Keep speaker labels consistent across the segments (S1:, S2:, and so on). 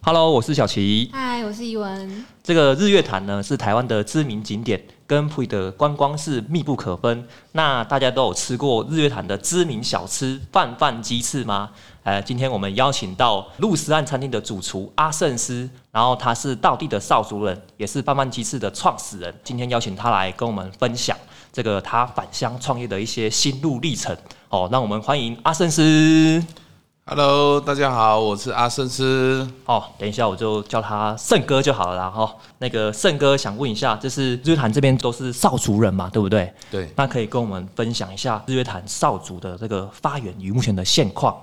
S1: Hello，我是小齐。
S2: 嗨，我是怡 文。
S1: 这个日月潭呢，是台湾的知名景点，跟普里的观光是密不可分。那大家都有吃过日月潭的知名小吃饭饭鸡翅吗？呃，今天我们邀请到露石岸餐厅的主厨阿胜师，然后他是道地的少族人，也是饭饭鸡翅的创始人。今天邀请他来跟我们分享这个他返乡创业的一些心路历程。哦，让我们欢迎阿胜师。
S3: Hello，大家好，我是阿胜师。
S1: 哦，等一下我就叫他胜哥就好了啦。哈、哦，那个胜哥想问一下，就是日月潭这边都是少族人嘛，对不对？
S3: 对，
S1: 那可以跟我们分享一下日月潭少族的这个发源与目前的现况。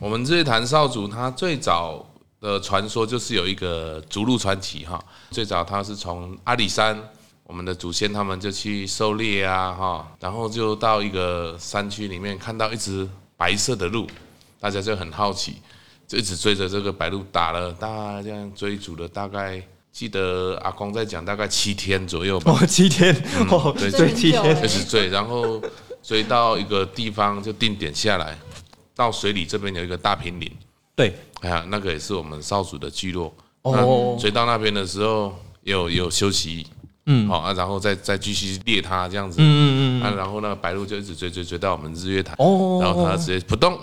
S3: 我们日月潭少主，他最早的传说就是有一个逐鹿传奇哈。最早他是从阿里山，我们的祖先他们就去狩猎啊哈，然后就到一个山区里面看到一只白色的鹿，大家就很好奇，就一直追着这个白鹿打了，大这样追逐了大概。记得阿公在讲，大概七天左右 吧。
S1: 哦，七天，哦，
S3: 对
S1: 对，七天
S2: 真的很久
S3: 开始追，然后追到一个地方就定点下来，到水里这边有一个大平林，
S1: 对，
S3: 哎呀，那个也是我们少主的聚落。
S1: 哦
S3: 那追到那边的时候有有休息，嗯，好、啊，然后再再继续猎它这样子，嗯嗯嗯，啊，然后那个白鹭就一直追追追到我们日月潭，
S1: 哦
S3: 然后它直接扑咚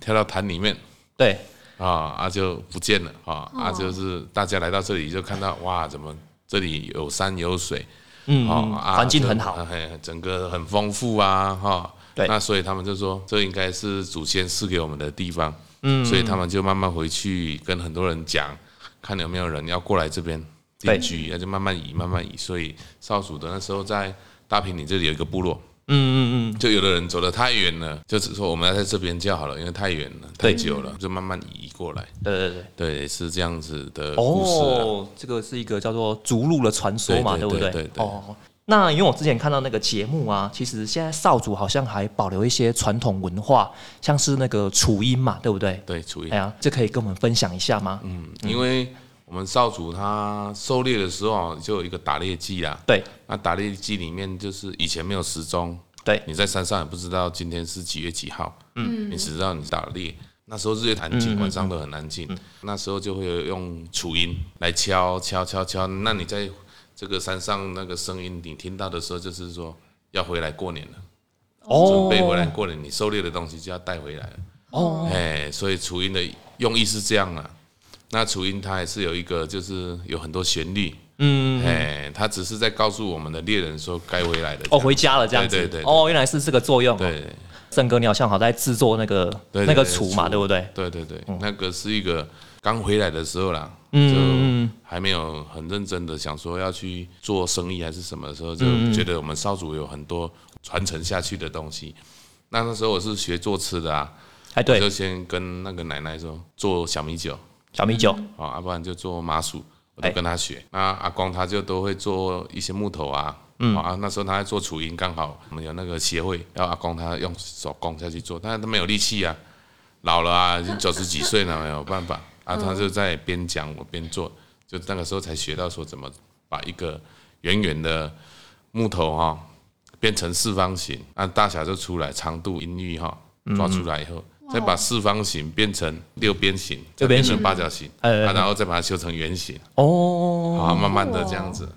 S3: 跳到潭里面。
S1: 对，
S3: 啊啊就不见了啊啊就是大家来到这里就看到哇，怎么这里有山有水，嗯啊
S1: 环境很
S3: 就
S1: 好
S3: 啊嘿整个很丰富啊哈。
S1: 对
S3: 那所以他们就说，这应该是祖先赐给我们的地方，嗯，所以他们就慢慢回去跟很多人讲，看有没有人要过来这边
S1: 对
S3: 定居，那就慢慢移，慢慢移。所以少主的那时候在大坪里这里有一个部落，
S1: 嗯嗯嗯，
S3: 就有的人走得太远了，就是说我们要在这边就好了，因为太远了，太
S1: 对
S3: 久了，就慢慢移过来。
S1: 对对对。
S3: 对，是这样子的故事、啊。
S1: 哦，这个是一个叫做逐鹿的传说嘛，
S3: 对
S1: 不
S3: 对
S1: 对？
S3: 对对对
S1: 哦。那因为我之前看到那个节目啊，其实现在少族好像还保留一些传统文化，像是那个楚音嘛，对不对？
S3: 对，楚
S1: 哎
S3: 音，
S1: 呀，这可以跟我们分享一下吗？
S3: 嗯，因为我们少主他狩猎的时候啊就有一个打猎记啊，
S1: 对
S3: 那打猎记里面就是以前没有时钟，
S1: 对，
S3: 你在山上也不知道今天是几月几号，嗯，你只知道你打猎。那时候日月潭景晚上都很安静，那时候就会有用楚音来敲敲敲敲。那你在这个山上那个声音，你听到的时候，就是说要回来过年了，准备回来过年，你狩猎的东西就要带回来了。
S1: 哦，
S3: 哎，所以楚音的用意是这样啊。那楚音它也是有一个，就是有很多旋律，嗯，哎，它只是在告诉我们的猎人说该回来的。
S1: 哦，回家了这样子。
S3: 对对对
S1: 哦，原来是这个作用、哦。
S3: 对
S1: 盛哥，你好像好在制作那个
S3: 对对
S1: 那个
S3: 对
S1: 楚嘛，
S3: 楚
S1: 对不对？
S3: 对对对，那个是一个刚回来的时候啦，就还没有很认真的想说要去做生意还是什么的时候，就觉得我们少主有很多传承下去的东西。那那时候我是学做吃的啊，
S1: 哎，
S3: 我就
S1: 对，
S3: 先跟那个奶奶说做小米酒。
S1: 小米酒。
S3: 哦，要、不然就做麻薯，我
S1: 哎
S3: 都跟他学。那阿公他就都会做一些木头啊，嗯、啊，那时候他在做雏鹰，刚好我们有那个协会，要阿公他用手工下去做，但是他没有力气啊，老了啊，已经九十几岁了，没有办法
S1: 嗯
S3: 啊，他就在边讲我边做，就那个时候才学到说怎么把一个圆圆的木头哈、变成四方形，按大小就出来，长度音域哈、
S1: 嗯
S3: 抓出来以后，再把四方形变成六边形，
S1: 六
S3: 再
S1: 边
S3: 变
S1: 形
S3: 成八角形，
S1: 呃
S3: 啊然后再把它修成圆形，
S1: 哦，
S3: 啊，慢慢的这样子，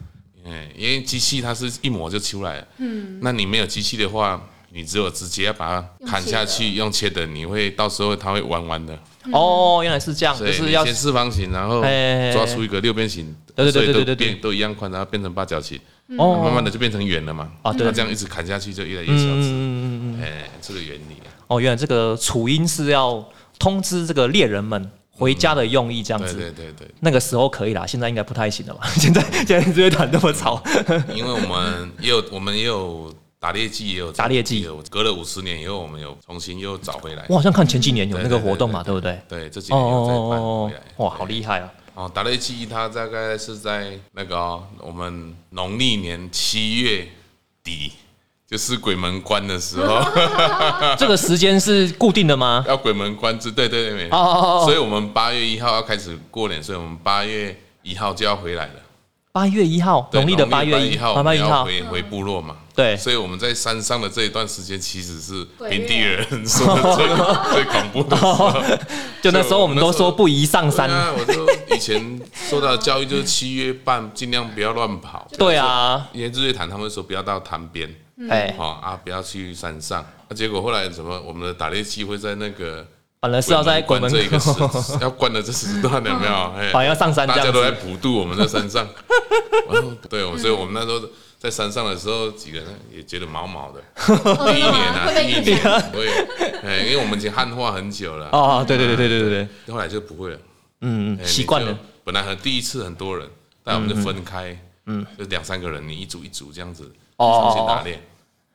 S3: 哎，因为机器它是一抹就出来了，嗯，那你没有机器的话。你只有直接把它砍下去，用切的，你会到时候它会弯弯的，
S1: 哦，原来是这样，就
S3: 对，
S1: 是
S3: 你
S1: 要
S3: 先四方形，然后
S1: 哎
S3: 抓出一个六边形，
S1: 对对对
S3: 所以
S1: 对
S3: 都
S1: 对对
S3: 变都一样宽，然后变成八角形，
S1: 哦，嗯
S3: 慢慢的就变成圆了嘛，
S1: 啊对嗯
S3: 那这样一直砍下去就越来越小只，哎，这个原理啊，
S1: 哦，原来这个楚音是要通知这个猎人们回家的用意，这样
S3: 对
S1: 子。
S3: 对对对，
S1: 那个时候可以啦，现在应该不太行了吧？ 现在现在日月潭那么吵，
S3: 因为我们也有，我们也有打猎季，也有
S1: 打猎季
S3: 也有隔了五十年以后，我们有重新又找回来
S1: 我。好像看前几年有那个
S3: 对对对
S1: 活动嘛，对不对？
S3: 对，这几
S1: 哦
S3: 年又再
S1: 哦
S3: 办
S1: 哦
S3: 回来。
S1: 哦，哇，好厉害啊！
S3: 哦！打猎季它大概是在那个哦、我们农历年七月底，就是鬼门关的时 候，
S1: 这个时间是固定的吗？
S3: 要鬼门关之对对对没
S1: 哦哦哦哦
S3: 所以我们八月一号要开始过年，所以我们八月一号就要回来了。
S1: 八月一号，
S3: 对
S1: 农历的八月
S3: 一
S1: 一
S3: 号，我
S1: 八
S3: 们
S1: 月一
S3: 要
S1: 号，
S3: 回回部落嘛。
S1: 对
S3: 所以我们在山上的这一段时间，其实是
S2: 鬼月
S3: 平地 人说的最最恐怖的时候。
S1: 就那时候我们都说不宜上山
S3: 对。啊，我就以前受到的教育就是七月半 尽量不要乱跑。
S1: 对啊，
S3: 因为日月潭他们说不要到潭边，
S1: 哎，
S3: 哦啊，不要去山上。啊，结果后来怎么我们的打猎机会在那个
S1: 反而是要在鬼
S3: 关
S1: 门
S3: 这一个时
S1: 口，
S3: 要关的这时段有没 有？哎
S1: 反而要上山这
S3: 大家
S1: 样
S3: 都在
S1: 子。
S3: 普渡我们在山上。 然后对，我们所以我们那时候在山上的时候，几个人也觉得毛毛的。
S2: 哦
S3: 第一
S2: 真的
S3: 年
S2: 吗
S3: 啊，
S2: 会
S3: 第
S2: 被
S3: 一
S2: 影
S3: 年
S2: 响，
S3: 对，哎，因为我们已经汉化很久了，
S1: 哦，对对对对对对对，
S3: 后来就不会了，
S1: 嗯，
S3: 哎
S1: 嗯，习惯。
S3: 你
S1: 了
S3: 就。本来很第一次很多人，但我们就分开，嗯，就两三个人，你一组一组这样子上去
S1: 哦，
S3: 打猎，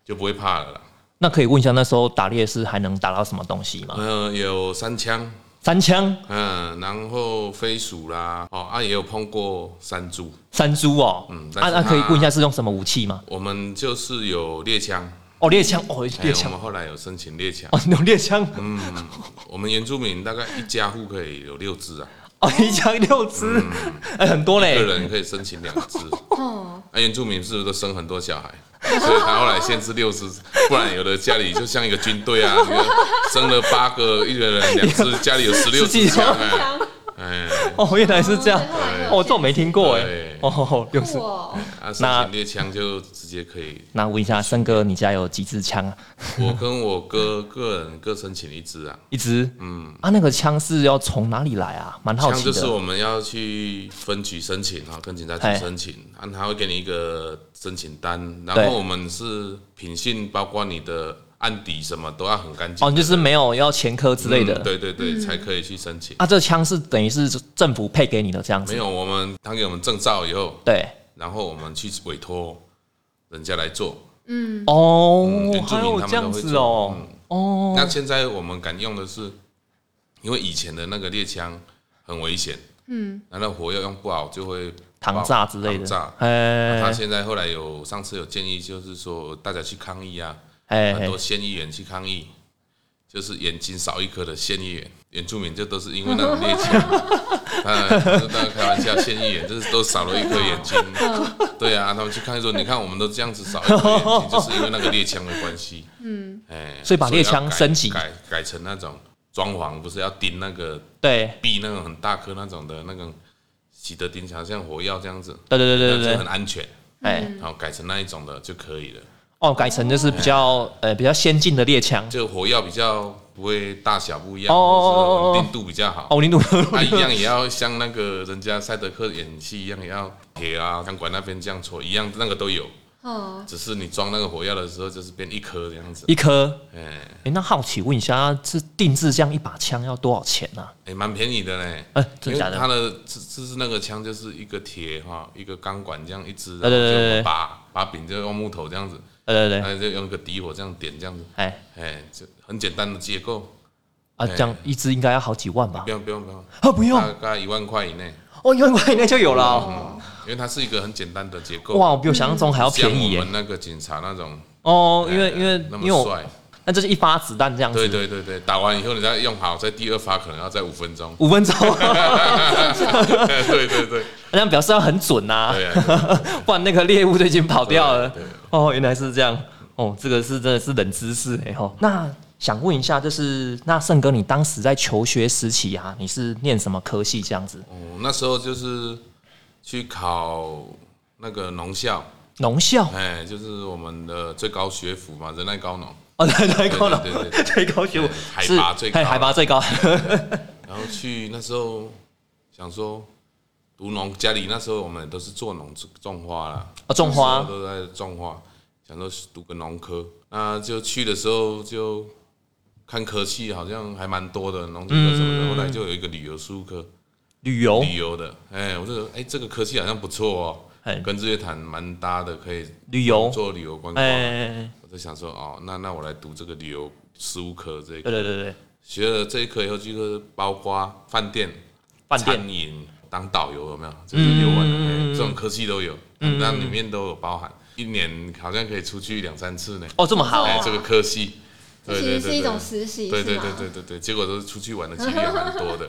S3: 就不会怕了啦。
S1: 那可以问一下，那时候打猎是还能打到什么东西吗？
S3: 嗯，有三枪，
S1: 三枪、
S3: 嗯，然后飞鼠啦，哦啊，也有碰过山猪，
S1: 山猪哦。
S3: 嗯但
S1: 啊，
S3: 是
S1: 那
S3: 它
S1: 可以问一下是用什么武器吗？
S3: 我们就是有猎枪，
S1: 哦，猎枪，哦，
S3: 哎
S1: 猎
S3: 我
S1: 枪，
S3: 们后来有申请猎枪，嗯
S1: 哦，有猎枪，
S3: 我们原住民大概一家户可以有六只啊，
S1: 哦，一枪六只， 哎，很多
S3: 一个
S1: 嘞。
S3: 人可以申请两只。
S2: 哦，
S3: 啊，原住民是不是都生很多小孩？ 所以他后来限制六十，不然有的家里就像一个军队啊，你看生了八个，一个人两只，家里有十六
S1: 十几
S3: 支枪
S1: 支
S3: 哎，哎，
S1: 哦，原来是这样
S2: 哦。
S1: 哦，这我没听过哎
S3: 对。
S1: 哦，六
S2: 对
S1: 十。
S2: 哇，
S3: 啊，申请猎枪就直接可以。
S1: 那问一下，森哥，你家有几支枪啊？
S3: 我跟我哥个人各申请一支啊，
S1: 一支。嗯。啊，那个枪是要从哪里来啊？蛮好
S3: 枪
S1: 奇
S3: 就是
S1: 的。
S3: 我们要去分局申请啊，跟警察
S1: 哎
S3: 局申请，啊，他会给你一个申请单，然
S1: 对
S3: 后我们是品性，包括你的案底什么都要很干净
S1: 哦，就是没有要前科之类的
S3: 嗯。对对对，才可以去申请。
S1: 啊，这枪是等于是政府配给你的这样子。
S3: 没有，我们他给我们证照以后，
S1: 对。
S3: 然后我们去委托人家来做。
S2: 嗯，
S1: 哦
S3: 嗯原，住
S1: 还
S3: 民
S1: 有
S3: 他
S1: 这
S3: 们
S1: 样
S3: 都会
S1: 子
S3: 做。
S1: 哦。
S3: 嗯
S1: 哦，
S3: 那现在我们敢用的是，因为以前的那个猎枪很危险，嗯，然后火药用不好就会
S1: 糖
S3: 爆
S1: 炸之类
S3: 糖
S1: 的
S3: 炸。。啊
S1: 哎
S3: 他现在后来有上次有建议，就是说大家去抗议啊，
S1: 哎
S3: 很
S1: 哎
S3: 多县议员去抗议，就是眼睛少一颗的县议员，原住民就都是因为那种猎枪， 啊，就是大家开玩笑，县议员就是都少了一颗眼睛，对啊，他们去抗议说，你看我们都这样子少一颗眼睛，就是因为那个猎枪的关系，嗯，哎，
S1: 所以把猎枪
S3: 要改
S1: 升级
S3: 改改成那种装潢，不是要钉那个
S1: 对
S3: 壁那种很大颗那种的那种喜得钉墙，像火药这样子，
S1: 对对对对
S3: 这样
S1: 对
S3: 就
S1: 对
S3: 很，安全，
S1: 哎，
S3: 然后改成那一种的就可以了。
S1: 哦，改成就是比
S3: 嗯
S1: 较呃比较先进的猎枪。
S3: 这个火药比较不会大小不一
S1: 哦
S3: 样，
S1: 哦哦哦哦
S3: 或者是稳定度比较好。
S1: 哦，你努
S3: 它一样也要像那个人家赛德克演戏一样，也要铁啊、钢管那边这样戳，一样那个都有，
S2: 哦，
S3: 只是你装那个火药的时候就是变一颗这样子。
S1: 一颗。
S3: 哎、
S1: 哎，那好奇问一下，啊是定制这样一把枪要多少钱啊？
S3: 哎，蛮、便宜的嘞。
S1: 呃，真
S3: 因为
S1: 的假
S3: 它
S1: 的？
S3: 的这这是那个枪，就是一个铁哈，一个钢管这样一支，
S1: 对对对对哎
S3: 然后就把把柄就用木头这样子，
S1: 对对对，
S3: 那就用一个底火这样点这样子，
S1: 哎
S3: 哎、就很简单的结构，
S1: 啊，这
S3: 哎
S1: 样一支应该要好几万吧
S3: 不？用不用不用，
S1: 啊，不用
S3: 大概一万块以内。
S1: 哦，一万块以内就有了
S3: 嗯
S1: 哦。
S2: 哦，
S3: 因为它是一个很简单的结构，
S1: 哇，我比我想象中还要
S3: 像
S1: 便宜
S3: 我
S1: 耶！
S3: 们那个警察那种，
S1: 哦，因为因为
S3: 哎那
S1: 因为
S3: 么
S1: 我
S3: 帅，
S1: 那就是一发子弹这样
S3: 对
S1: 子，，
S3: 对对对，打完以后你再用好，在第二发可能要在五分钟
S1: 五 分钟，
S3: 对对对
S1: 那样表示要很准呐，
S3: 对啊，
S1: 不然那个猎物就已经跑掉了
S3: 对对。啊
S1: 哦，原来是这样，哦，这个是真的是冷知识哎吼。那想问一下，就是那盛哥，你当时在求学时期啊，你是念什么科系这样子？
S3: 哦，那时候就是去考那个农校，
S1: 农校
S3: 哎，就是我们的最高学府嘛，仁爱高农，
S1: 哦，对，最高了
S3: 对对 对，
S1: 最高学府
S3: 海
S1: 是
S3: 拔最高
S1: 嘿海拔最高，
S3: 然后去那时候想说读农，家里那时候我们都是做农种花啦，
S1: 哦，种花
S3: 都在种花，想说读个农科，那就去的时候就看科系，好像还蛮多的农技科什么的。后来就有一个旅游事务科，
S1: 旅游，
S3: 旅游的，哎，我就说，哎，这个科系好像不错哦
S1: 哎，
S3: 跟日月潭蛮搭的，可以
S1: 旅游，
S3: 做旅游观光。
S1: 哎，
S3: 我就想说，哦，那那我来读这个旅游事务科这
S1: 对
S3: 一科，
S1: 对对对，
S3: 学了这一科以后，就是包括饭店、
S1: 饭店
S3: 餐饮、当导游有没有？就是游玩的、哎这种科系都有，那里面都有包含。一年好像可以出去两三次呢。
S1: 哦，这么好
S3: 哎
S2: 哇，
S3: 这个科系，
S2: 这
S3: 对
S2: 其
S3: 对
S2: 实是一
S3: 对
S2: 种
S3: 对，
S2: 实习，
S3: 对对
S2: 是吗
S3: 对对对对，结果都是出去玩的几率还蛮多的，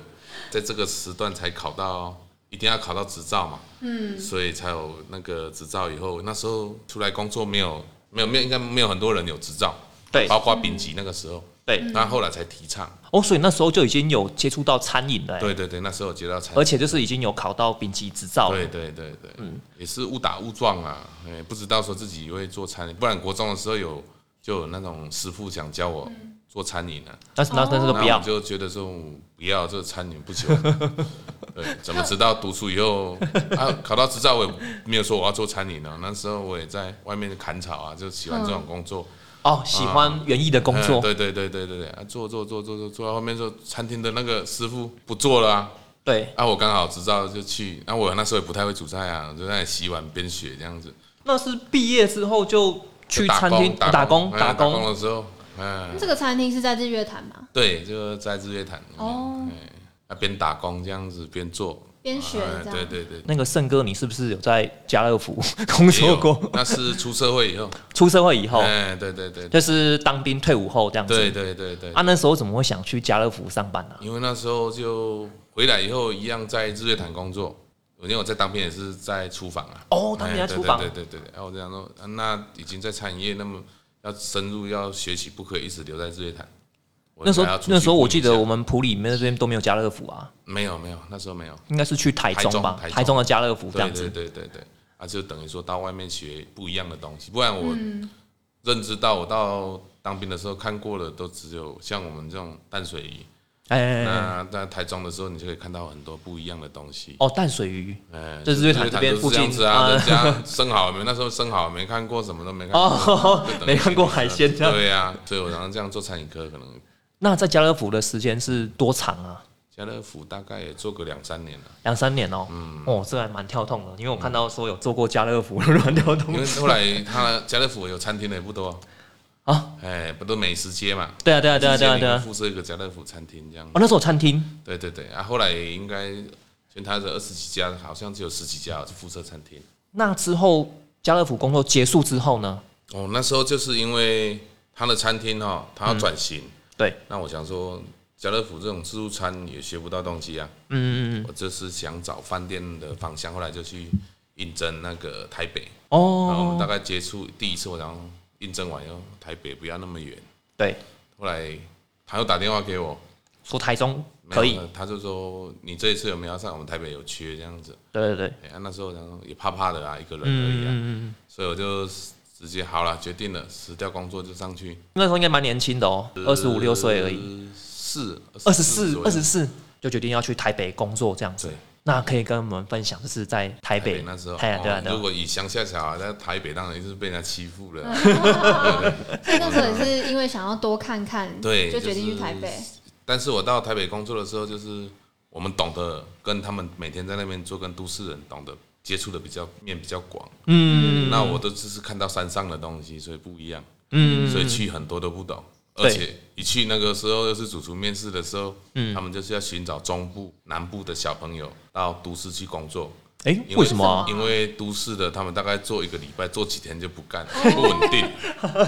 S3: 在这个时段才考到一定要考到执照嘛，嗯，所以才有那个执照。以后那时候出来工作没有没有没有，应该没有很多人有执照，
S1: 对
S3: 包括丙级那个时候，
S1: 对，
S3: 那后来才提倡。
S1: 哦，所以那时候就已经有接触到餐饮了、欸，
S3: 对对对，那时候我接到才
S1: 而且就是已经有考到丙级执照了
S3: 对，对对对，
S1: 嗯
S3: 也是误打误撞啊，哎，不知道说自己会做餐饮，不然国中的时候有就有那种师傅想教我做餐饮啊，
S1: 但是那那时候
S3: 那
S1: 不
S3: 我
S1: 要，
S3: 就觉得这种不要这餐饮不行。 对，怎么知道读书以后啊，考到执照我也没有说我要做餐饮啊，那时候我也在外面砍草啊，就喜欢这种工作。
S1: 哦，喜欢园艺的工
S3: 嗯
S1: 作，
S3: 对对对对对对，啊，做做做做做做到后面说餐厅的那个师傅不做了啊，
S1: 对，
S3: 啊，我刚好执照就去，啊，我那时候也不太会煮菜啊，我就在那里洗碗边学这样子。
S1: 那是毕业之后就去
S3: 打
S1: 餐厅
S3: 工
S1: 打工
S3: 哎
S1: 打
S3: 工
S1: 工，哦
S3: 的时候，嗯，
S2: 这个餐厅是在日月潭嘛，
S3: 对，就在日月潭里面
S2: 哦，
S3: 哎啊，边打工这样子边做，
S2: 边学
S3: 哎
S2: 这样。
S3: 对对对，
S1: 那个盛哥，你是不是有在家乐福工作
S3: 也有
S1: 过？
S3: 那是出社会以后，
S1: 出社会以后，
S3: 哎，对对对
S1: 就
S3: 对
S1: 是当兵退伍后这样子。
S3: 对对对对
S1: 啊，，那时候怎么会想去家乐福上班呢、
S3: 因为那时候就回来以后一样在日月潭工作，因为我在当兵也是在厨房啊。
S1: 哦，当年在厨房，
S3: 哎对对对对对。然后我就想说，啊那已经在餐饮业，那么要深入要学习，不可以一直留在日月潭。我
S1: 那时候
S3: 应该要出去
S1: 那时候我
S3: 混一
S1: 记得
S3: 下
S1: 我们普里面那边都没有家乐福啊，
S3: 没有没有，那时候没有。
S1: 应该是去台中吧，
S3: 台中台中
S1: 台中的家乐福这
S3: 对
S1: 样
S3: 对
S1: 子。
S3: 对对对，啊，就等于说到外面学不一样的东西，不然我认知到我到当兵的时候看过了，都只有像我们这种淡水鱼。
S1: 哎哎，哎哎
S3: 那在台中的时候，你就可以看到很多不一样的东西。
S1: 哦，淡水鱼
S3: 哎
S1: 这是日月潭这边
S3: 都是这样子啊，
S1: 附
S3: 人
S1: 近
S3: 家生蚝没那时候生蚝没看过，什么都没看过。
S1: 哦
S3: 就等，于
S1: 没看过海鲜这样。
S3: 对呀、所以我然后这样做餐饮科，可能
S1: 那在家乐福的时间是多长啊？
S3: 家乐福大概也做个两三 年了，
S1: 两三年哦，
S3: 嗯
S1: 哦，这还蛮跳痛的，因为我看到说有做过家乐福，蛮跳
S3: 嗯因
S1: 痛
S3: 为
S1: 的。
S3: 后来他家乐福有餐厅的也不多
S1: 啊，
S3: 哎，不都美食街嘛？
S1: 对啊，对啊，对啊，对啊，
S3: 美
S1: 对
S3: 食街里面
S1: 啊。
S3: 附设一个家乐福餐厅这样
S1: 哦，。那时候有餐厅
S3: 对对对，啊，后来应该全台的二十几家，好像只有十几家是附设餐厅。
S1: 那之后，家乐福工作结束之后呢？
S3: 哦，那时候就是因为他的餐厅哦，他要转型，
S1: 嗯对，
S3: 那我想说家乐福这种自助餐也学不到东西啊，
S1: 嗯，嗯嗯
S3: 我就是想找饭店的方向，后来就去应征那个台北。然后我们大
S1: 哦，
S3: 概接触第一次，我然后应征完以后，台北不要那么远。
S1: 对，
S3: 后来他又打电话给我，
S1: 说台中
S3: 没有
S1: 可以，，
S3: 他就说你这一次有没有要上？我们台北有缺这样子。
S1: 对对对，
S3: 哎、啊那时候然后也怕怕的啊，一个人而
S1: 嗯
S3: 已
S1: 嗯
S3: 啊，
S1: 嗯嗯，
S3: 所以我就直接好了，决定了辞掉工作就上去。
S1: 那时候应该蛮年轻的哦，二十五六岁而已，
S3: 是
S1: 二十四、二十
S3: 呃四
S1: 四就决定要去台北工作这样子
S3: 对。
S1: 那可以跟我们分享，就是在台
S3: 台
S1: 北
S3: 北那时候，
S1: 哎呀对啊
S3: 哦
S1: 对啊
S3: 如果以乡下小孩在台北，当然就是被人家欺负了。
S2: 所以那时候也是因为想要多看看，
S3: 对
S2: 就决定去台
S3: 就
S2: 北。
S3: 是但是我到台北工作的时候，就是我们懂得跟他们每天在那边做，跟都市人懂得接触的比较面比较广。嗯，那我都只是看到山上的东西，所以不一样。嗯，所以去很多都不懂，
S1: 对
S3: 而且一去那个时候又是主厨面试的时候，嗯，他们就是要寻找中部、南部的小朋友到都市去工作。
S1: 哎、
S3: 因
S1: 为什么啊、
S3: 因为都市的他们大概做一个礼拜，做几天就不干，不稳定。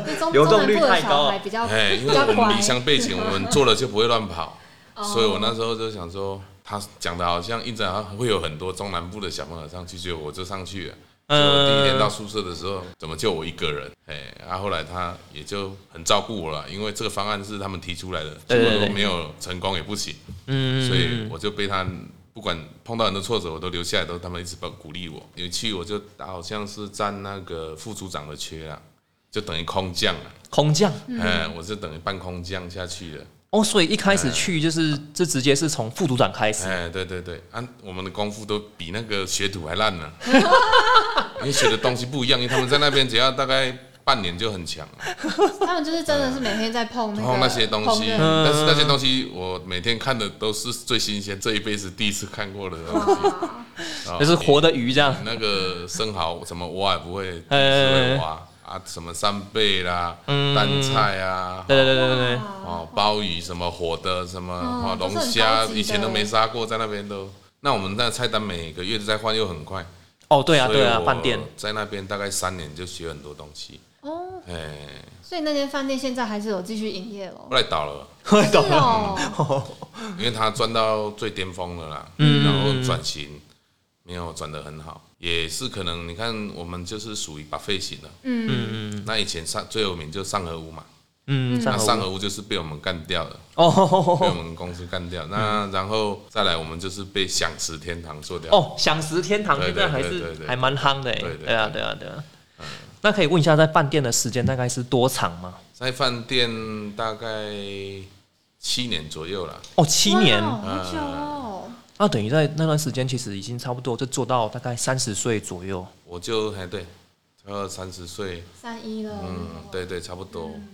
S2: 就中
S1: 流
S2: 中
S1: 动
S2: 南
S1: 率
S2: 部的
S1: 太高啊
S2: 小孩比较
S3: 哎，因
S2: 比
S3: 为
S2: 较
S3: 我们
S2: 乖哦
S3: 离，乡背景，我 们做了就不会乱跑，所以我那时候就想说，他讲的好像印证好像会有很多中南部的小朋友上去，结果我就上去了。结
S1: 嗯
S3: 果第一天到宿舍的时候，怎么就我一个人？哎，啊，后来他也就很照顾我了，因为这个方案是他们提出来的，
S1: 对对
S3: 如
S1: 对
S3: 果没有成功也不行，
S1: 嗯，
S3: 所以我就被他不管碰到很多挫折，我都留下来，都他们一直帮鼓励我。有一去我就好像是占那个副组长的缺啊，就等于空降了。
S1: 空降
S3: 哎，我是等于半空降下去了。
S1: 哦，所以一开始去就是这直接是从副组长开始，
S3: 啊哎，对对对，啊，我们的功夫都比那个学徒还烂呢、因为学的东西不一样，因为他们在那边只要大概半年就很强了，
S2: 他们就是真的是每天在碰那
S3: 然
S2: 个
S3: 后那些东西
S2: 烹，
S1: 嗯
S2: 饪
S3: 但是那些东西我每天看的都是最新鲜，这一辈子第一次看过的东 西，哦
S1: 就是活的鱼这样。
S3: 那个生蚝什么挖也不会，只
S1: 哎嗯
S3: 会挖啊，什么扇贝啦、蛋菜啊，
S1: 对对对对对对，
S3: 哦，鲍鱼什么火的，什么
S2: 嗯
S3: 哦
S2: 都是
S3: 龙
S2: 很
S3: 虾，
S2: 高级的
S3: 以前都没杀过，在那边都。那我们那菜单每个月都在换，又很快。
S1: 哦对啊
S3: 所以
S1: 对啊，
S3: 我
S1: 饭店
S3: 在那边大概三年就学很多东西。
S2: 哦，
S3: 哎，
S2: 所以那间饭店现在还是有继续营业 喽
S3: 后。来 倒了，
S1: 会
S2: 是
S1: 懂了。
S2: 哦，嗯
S3: 因为他赚到最巅峰了啦，然后转型，没有转得很好，也是可能你看我们就是属于把费型的，
S2: 嗯，
S3: 那以前上最有名就是上河屋嘛，
S1: 嗯，
S3: 那
S1: 上
S3: 上
S1: 河
S3: 河屋就是被我们干掉了，被我
S1: 哦
S3: 们公司干掉，那然后再来我们就是被享食天堂做掉，
S1: 嗯哦，享食天堂
S3: 对
S1: 现在还
S3: 对对
S1: 是
S3: 对
S1: 还蛮夯的欸，
S3: 对对对嗯
S1: 对啊，对啊，对啊。那可以问一下，在饭店的时间大概是多长吗？
S3: 在饭店大概七年左右了，
S1: 哦，七年，
S2: 哇
S3: 嗯
S2: 好久哦，
S1: 那等于在那段时间其实已经差不多就做到大概三十岁左右。
S3: 我就还对，二三十岁，
S2: 三一了，
S1: 哦
S3: 嗯，对对，差不多。
S1: 嗯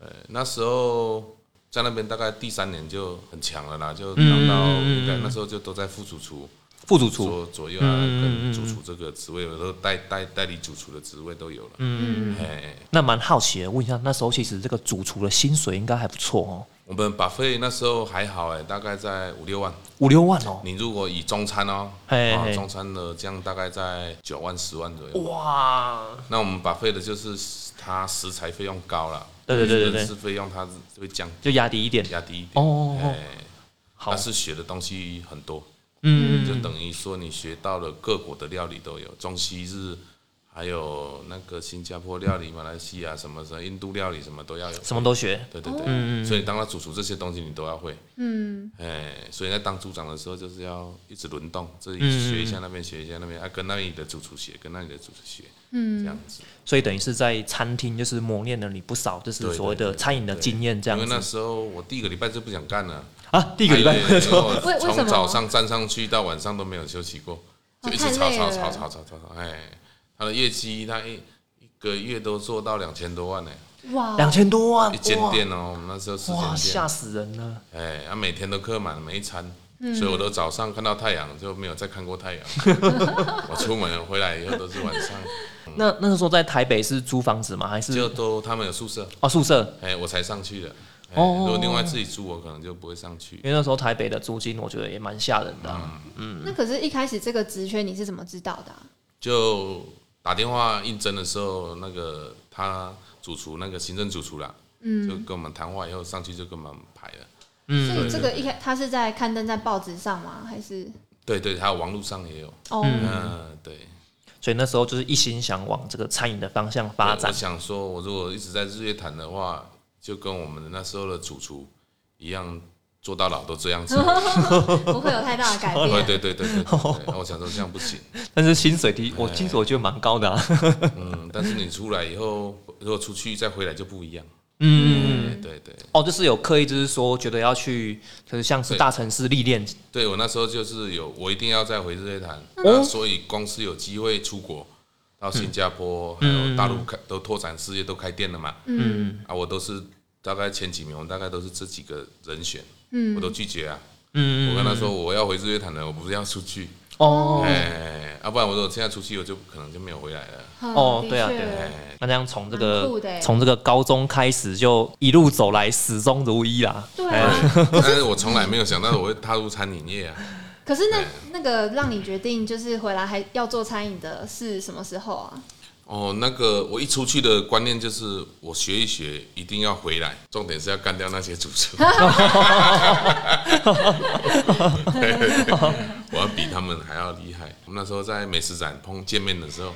S3: 呃，那时候在那边大概第三年就很强了啦，就当到
S1: 嗯嗯嗯嗯
S3: 对那时候就都在副主厨
S1: 副主厨，
S3: 左左右啊，
S1: 嗯嗯嗯
S3: 跟主厨这个职位，我都代代代理主厨的职位都有了。
S1: 嗯，
S3: 哎，
S1: 那蛮好奇的，问一下，那时候其实这个主厨的薪水应该还不错哦，
S3: 我们把费那时候还好哎，大概在五六万。
S1: 五六万哦，
S3: 你如果以中餐哦，
S1: 嘿
S3: 啊
S1: 嘿哦
S3: 中餐的这样大概在九万十万左右。
S1: 哇，
S3: 那我们把费的就是它食材费用高了，
S1: 对对对对
S3: 人
S1: 对
S3: 事，费用它会降
S1: 就压低一点，
S3: 压低一点。
S1: 哦
S3: 哎
S1: 好
S3: 但，是学的东西很多，
S1: 嗯
S3: 就等于说你学到了各国的料理都有，中西日，还有那个新加坡料理、马来西亚什么什么、印度料理什么都要有。
S1: 什么都学，
S3: 对对对，所以当他主厨这些东西你都要会，
S2: 哦嗯，
S3: 哎，所以在当组长的时候就是要一直轮动，这里
S1: 嗯
S3: 学一下那边学一下那边，啊，跟那里的主厨学，跟那里的主厨学，
S2: 嗯
S3: 这样子。
S1: 所以等于是在餐厅就是磨练了你不少，就是
S3: 对
S1: 所谓的
S3: 对对
S1: 餐饮的经验这
S3: 因为
S1: 样
S3: 那
S1: 子
S3: 时候我第一个礼拜就不想干了，
S1: 啊。第一个礼拜
S3: 哎对
S1: 做，
S3: 因
S2: 为
S3: 为
S2: 为
S3: 我
S2: 什
S3: 从
S2: 么
S3: 早上站上去到晚上都没有休息过，
S2: 哦
S3: 就一直
S2: 太
S3: 吵
S2: 累
S3: 吵
S2: 了
S3: 吵吵吵吵吵，哎，他的业绩他一一个月都做到两千多万呢，
S2: 哇，
S1: 两千多万，
S3: 一间
S1: 哇
S3: 店哦，我们那时候四
S1: 哇，
S3: 间店
S1: 吓，死人了！
S3: 哎，啊每天都客满每一餐，所以我都早上看到太阳就没有再看过太阳，我出门回来以后都是晚上，
S1: 那那时候在台北是租房子吗？还
S3: 就是都他们有宿舍，
S1: 哦宿舍？
S3: 哎，我才上去的，哎
S1: 哦
S3: 如果另外自己住，我可能就不会上去。
S1: 因为那时候台北的租金我觉得也蛮吓人的啊、
S2: 那可是，一开始这个职缺你是怎么知道的啊？
S3: 就打电话应征的时候，那个他主厨那个行政主厨啦，嗯，就跟我们谈话以后上去就跟我们排了。嗯
S1: 嗯
S2: 所以这个一开，他是在刊登在报纸上吗？还是
S3: 对对，还有网络上也有，
S2: 哦，
S3: 嗯、对。
S1: 所以那时候就是一心想往这个餐饮的方向发
S3: 我
S1: 展
S3: 我。想说，我如果一直在日月潭的话，就跟我们那时候的主厨一样，做到老都这样子。
S2: 不会有太大的改
S3: 对
S2: 变。
S3: 对对对对对对，我想说这样不行。
S1: 但是薪水低，我
S3: 哎
S1: 薪水我觉得蛮高的啊。
S3: 嗯，但是你出来以后，如果出去再回来就不一样。
S1: 嗯，
S3: 嗯，对对。
S1: 哦，就是有刻意，就是说觉得要去，就是像是
S3: 对
S1: 大城市历练。嗯
S3: 对我那时候就是有，我一定要再回日月潭，
S1: 哦
S3: 那所以公司有机会出国，到新加坡、还有大陆开都拓展事业都开店了嘛，嗯，啊，我都是大概前几名，我大概都是这几个人选，嗯，我都拒绝啊，
S1: 嗯，
S3: 我跟他说我要回日月潭了，我不是要出去，
S1: 哦
S3: 哎、要、不然我如果现在出去，我就可能就没有回来了，
S2: 嗯
S1: 哦
S2: 的
S1: 对啊
S2: 确
S1: 对
S3: 哎、
S1: 那这样从这
S2: 蛮酷的
S1: 个
S2: 欸
S1: 从这个高中开始就一路走来，始终如一啦。
S2: 对
S1: 哎
S2: 啊。
S3: 但是我从来没有想到我会踏入餐饮业啊，
S2: 可是那
S3: 对
S2: 那个让你决定就是回来还要做餐饮的是什么时候啊？
S3: 哦，那个我一出去的观念就是我学一学，一定要回来，重点是要干掉那些主厨。我要比他们还要厉害。我们那时候在美食展碰见面的时候，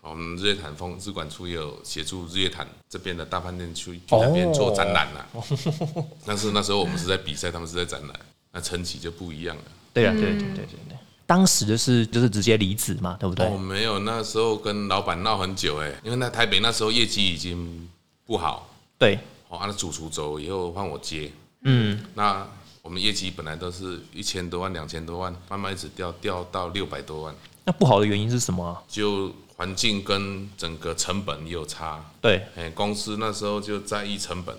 S3: 我们日月潭风日管处也有协助日月潭这边的大饭店去去那边做展览啦、但是那时候我们是在比赛，他们是在展览，那成绩就不一样了。
S1: 对啊，
S2: 嗯
S1: 对对对对对。当时就是就是直接离职嘛，对不对？
S3: 哦，没有，那时候跟老板闹很久哎、因为那台北那时候业绩已经不好，
S1: 对，
S3: 哦，按、啊、那主厨走以后换我接，
S1: 嗯，
S3: 那我们业绩本来都是一千多万、两千多万，慢慢一直掉掉到六百多万，
S1: 那不好的原因是什么啊？
S3: 就环境跟整个成本也有差。
S1: 对，
S3: 哎、公司那时候就在意成本，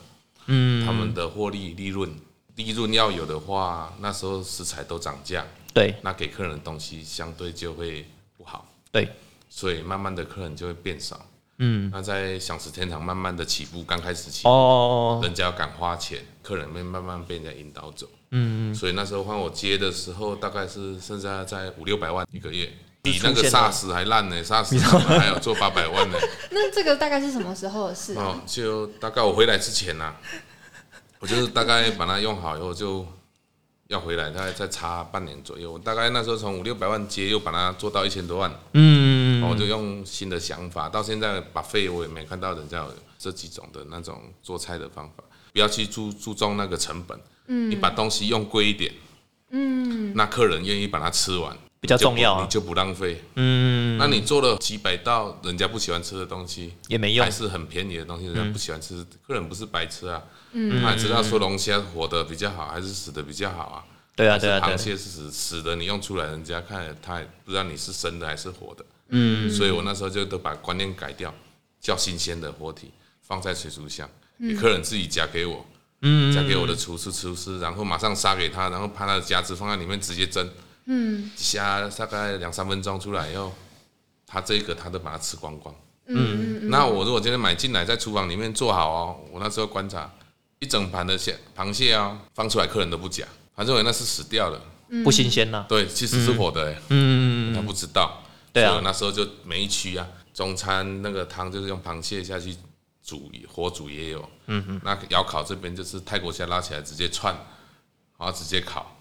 S3: 嗯，他们的获利利润，利润要有的话，那时候食材都涨价，
S1: 对，
S3: 那给客人的东西相对就会不好，
S1: 对，
S3: 所以慢慢的客人就会变少。嗯，那在享食天堂慢慢的起步，刚开始起步
S1: 哦，
S3: 人家敢花钱，客人会慢慢被人家引导走。嗯，所以那时候换我接的时候，大概是剩下在五六百万一个月，比那个
S1: 出现了
S3: SARS 还烂呢、s a r s 他们还有做八百万呢、
S2: 那这个大概是什么时候的事啊？
S3: 哦，啊就大概我回来之前呐、我就是大概把它用好以后就要回来，大概再差半年左右。我大概那时候从五六百万接，又把它做到一千多万，
S1: 嗯，
S3: 我就用新的想法，到现在把费我也没看到人家有这几种的那种做菜的方法，不要去注注重那个成本，嗯，你把东西用贵一点，嗯，那客人愿意把它吃完，
S1: 比较重要
S3: 就不
S1: 啊
S3: 你，就不浪费，
S1: 嗯，
S3: 那你做了几百道人家不喜欢吃的东西，
S1: 也没用
S3: 还，是很便宜的东西，人家不喜欢吃，客人不是白吃啊，嗯，他也知道说龙虾活的比较好还是死的比较好啊，
S1: 对啊，
S3: 但是
S1: 对啊，对
S3: 螃
S1: 啊，
S3: 蟹是死死的，你用出来，人家看了他也不知道你是生的还是活的。嗯，所以我那时候就都把观念改掉，叫新鲜的活体放在水族箱，给客人自己夹给我，嗯，夹给我的厨师厨师，然后马上杀给他，然后把他的夹子放在里面直接蒸，嗯，虾大概两三分钟出来以后，他这个他都把它吃光光。嗯，那我如果今天买进来，在厨房里面做好哦，我那时候观察一整盘的蟹螃蟹哦，放出来客人都不夹，他认为那是死掉了。
S2: 嗯
S1: 不新鲜呐，
S3: 对，其实是火的、欸，嗯，他不知道，
S1: 对啊
S3: 所以我那时候就每一区啊，中餐那个汤就是用螃蟹下去煮，火煮也有，嗯嗯，那窑烤这边就是泰国虾拉起来直接串，然后直接烤，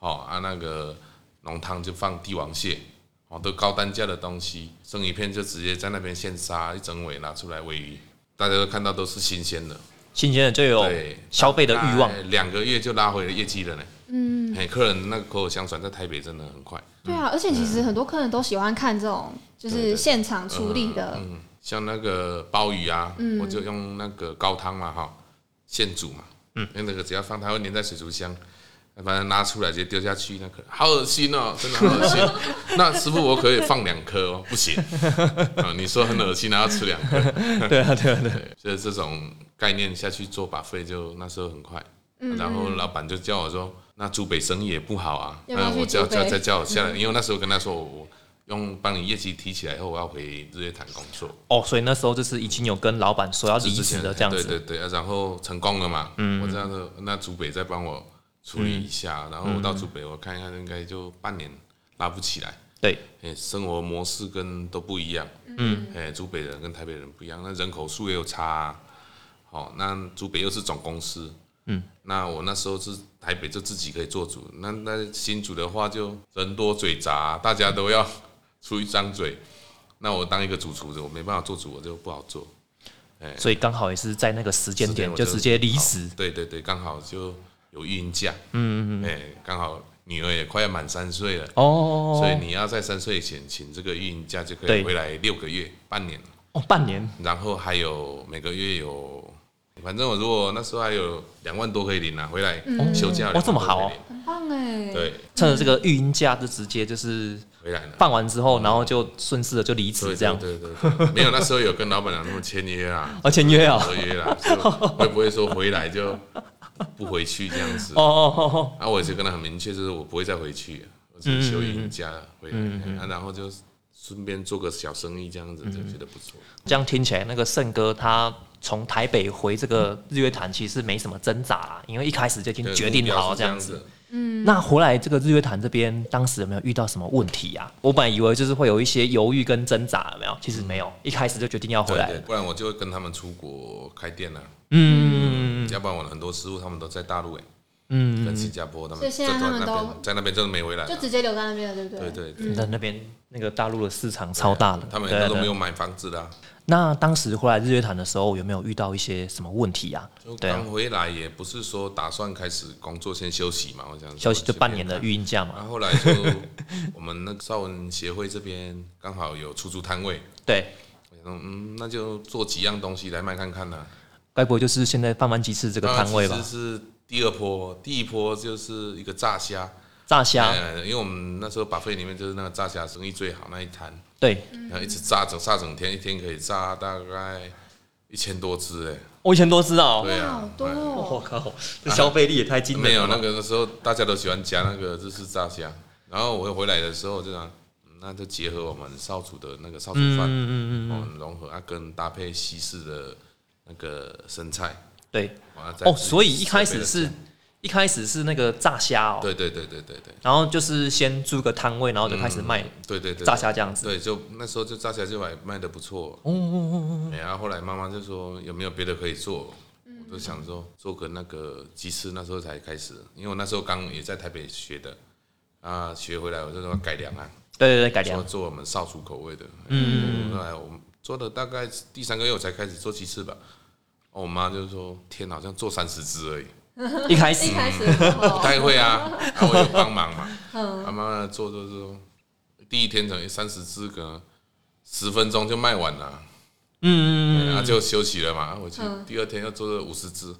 S3: 哦啊那个浓汤就放帝王蟹，哦都高单价的东西，生鱼片就直接在那边现杀一整尾拿出来喂鱼，大家都看到都是新鲜的，
S1: 新鲜的就有
S3: 对
S1: 消费的欲望
S3: 大，概两个月就拉回了业绩了呢，嗯，哎，客人那个口口相传，在台北真的很快。
S2: 对啊，而且其实很多客人都喜欢看这种就
S3: 对对
S2: 是现场处理的，
S3: 嗯像那个鲍鱼啊，我就用那个高汤嘛哈，现煮嘛，
S1: 嗯
S3: 因为那个只要放它会粘在水族箱，反正拿出来直接丢下去，那个好恶心哦，真的好恶心。那师傅我可以放两颗哦，不行啊，你说很恶心，然后吃两颗，
S1: 对啊，对啊，对啊，
S3: 哎对所以这种概念下去做把费就那时候很快，
S2: 嗯
S3: 然后老板就叫我说，那竹北生意也不好啊，
S2: 要不要
S3: 那
S2: 去
S3: 我叫
S2: 竹北嗯
S3: 叫再叫我下来，因为那时候跟他说我我用帮你业绩提起来以后，我要回日月潭工作。
S1: 哦，所以那时候就是已经有跟老板说要离
S3: 之
S1: 职
S3: 前
S1: 的这样子，嗯
S3: 对对对，啊然后成功了嘛，我这样子，那竹北再帮我处理一下，然后我到竹北我看一看，应该就半年拉不起来，
S1: 对，
S3: 哎、生活模式跟都不一样，嗯，哎、竹北人跟台北人不一样，那人口数也有差、啊，好、那竹北又是总公司，嗯，那我那时候是台北就自己可以做主，那那新竹的话就人多嘴杂，啊大家都要 出一张嘴，那我当一个主厨的，我没办法做主，我就不好做。
S1: 所以刚好也是在那个时间
S3: 哎时间
S1: 点
S3: 我哦
S1: 就直接离职
S3: 好，对对对，刚好就有孕假，嗯嗯嗯，哎、刚好女儿也快要满三岁了，
S1: 哦，
S3: 所以你要在三岁前请这个孕假就可
S1: 对
S3: 以回来六个月、半年，
S1: 哦半年
S3: 然后还有每个月有，反正我如果那时候还有两万多可以领啊，回来休假
S1: 哦
S3: 两万多可以领
S1: 这么好哦
S2: 很棒哎。
S3: 嗯对，
S1: 趁着这个育婴假就直接就是
S3: 回来了。
S1: 放完之后，然后就顺势的就离职
S3: 对
S1: 这样
S3: 对，对对对，没有那时候有跟老板娘那么签约啊，
S1: 哦签约啊，
S3: 合 约啦，就会不会说回来就不回去这样子
S1: 哦？哦哦哦，
S3: 啊，我也是跟他很明确，就是我不会再回去，我只是休一家回来，
S1: 嗯
S3: 啊，然后就顺便做个小生意这样子，就觉得不错。
S1: 这样听起来，那个胜哥他从台北回这个日月潭其实没什么挣扎啦，因为一开始就已嗯经决定好了
S3: 这
S1: 这样子。
S3: 子，
S1: 那回来这个日月潭这边，当时有没有遇到什么问题啊？我本来以为就是会有一些犹豫跟挣扎，有没有？其实没有，一开始就决定要回
S3: 对
S1: 来
S3: 对，。不然我就会跟他们出国开店了，
S1: 嗯，
S3: 要不然我很多师傅他们都在大陆哎，
S1: 嗯，
S3: 跟新加坡他们
S2: 所以现在
S3: 就在
S2: 他们
S3: 那
S2: 都
S3: 边在那边真的没回来
S2: 就
S3: 了，
S2: 直接留在那边了，对不对？
S3: 啊对对对，
S1: 真的那边那个大陆的市场超大的，
S3: 他们
S1: 对
S3: 很多都没。
S1: 对
S3: 有买房子啦，
S1: 那当时回来日月潭的时候，有没有遇到一些什么问题啊
S3: 就？
S1: 对啊
S3: 刚，回来也不是说打算开始工作先休息嘛，我想说
S1: 休息就
S3: 随便
S1: 半年的
S3: 看
S1: 育婴假嘛。
S3: 啊然后后来就我们那个少文协会这边刚好有出租摊位，
S1: 对，
S3: 我想说，嗯，那就做几样东西来卖看看呢、
S1: 该不会就是现在贩卖鸡翅这
S3: 这
S1: 个摊位吧
S3: 啊其？实是第二波，第一波就是一个炸虾，
S1: 炸虾，
S3: 哎因为我们那时候把费里面就是那个炸虾生意最好那一摊，
S1: 对，
S3: 然后一直炸整炸整天，一天可以炸大概一千多只哎、
S1: 我以前都知道。
S3: 对
S2: 哇，
S3: 啊
S2: 好多
S1: 我
S2: 哦，
S1: 靠，这消费力也太惊人了。
S3: 没有那，个那时候大家都喜欢夹那个就是炸虾，然后我回来的时候我就想，嗯那就结合我们少主的那个少主饭，嗯嗯嗯，融合啊跟搭配西式的那个生菜，
S1: 对，
S3: 啊再
S1: 哦，
S3: 自己
S1: 所以一开始
S3: 准备
S1: 是
S3: 了，
S1: 一开始是那个炸虾哦，
S3: 对对对对对对，
S1: 然后就是先租个摊位，然后就开始卖
S3: 对嗯对对，
S1: 炸虾这样子。
S3: 对，就那时候就哎炸起来就卖卖的不错。哦哦哦哦。然后后来妈妈就说有没有别的可以做？我就想说做个那个鸡翅，那时候才开始，因为我那时候刚也在台北学的啊，学回来我就说改良啊，
S1: 对对对，改
S3: 做
S1: 良，
S3: 做我们少厨口味的，嗯，后来我们做了大概第三个月我才开始做鸡翅吧，我妈就说天哪，好像做三十只而已，
S1: 一开
S2: 一
S1: 始
S2: 开
S3: 嗯
S2: 始的时
S3: 不
S2: 候，
S3: 太会啊，啊我有帮 忙嘛，
S2: 嗯
S3: 啊慢慢地做做做，第一天可能三十只，可能十分钟就卖完了。
S1: 嗯，嗯嗯
S3: 然后就休息了嘛。我去
S2: 嗯
S3: 第二天又做了五十只，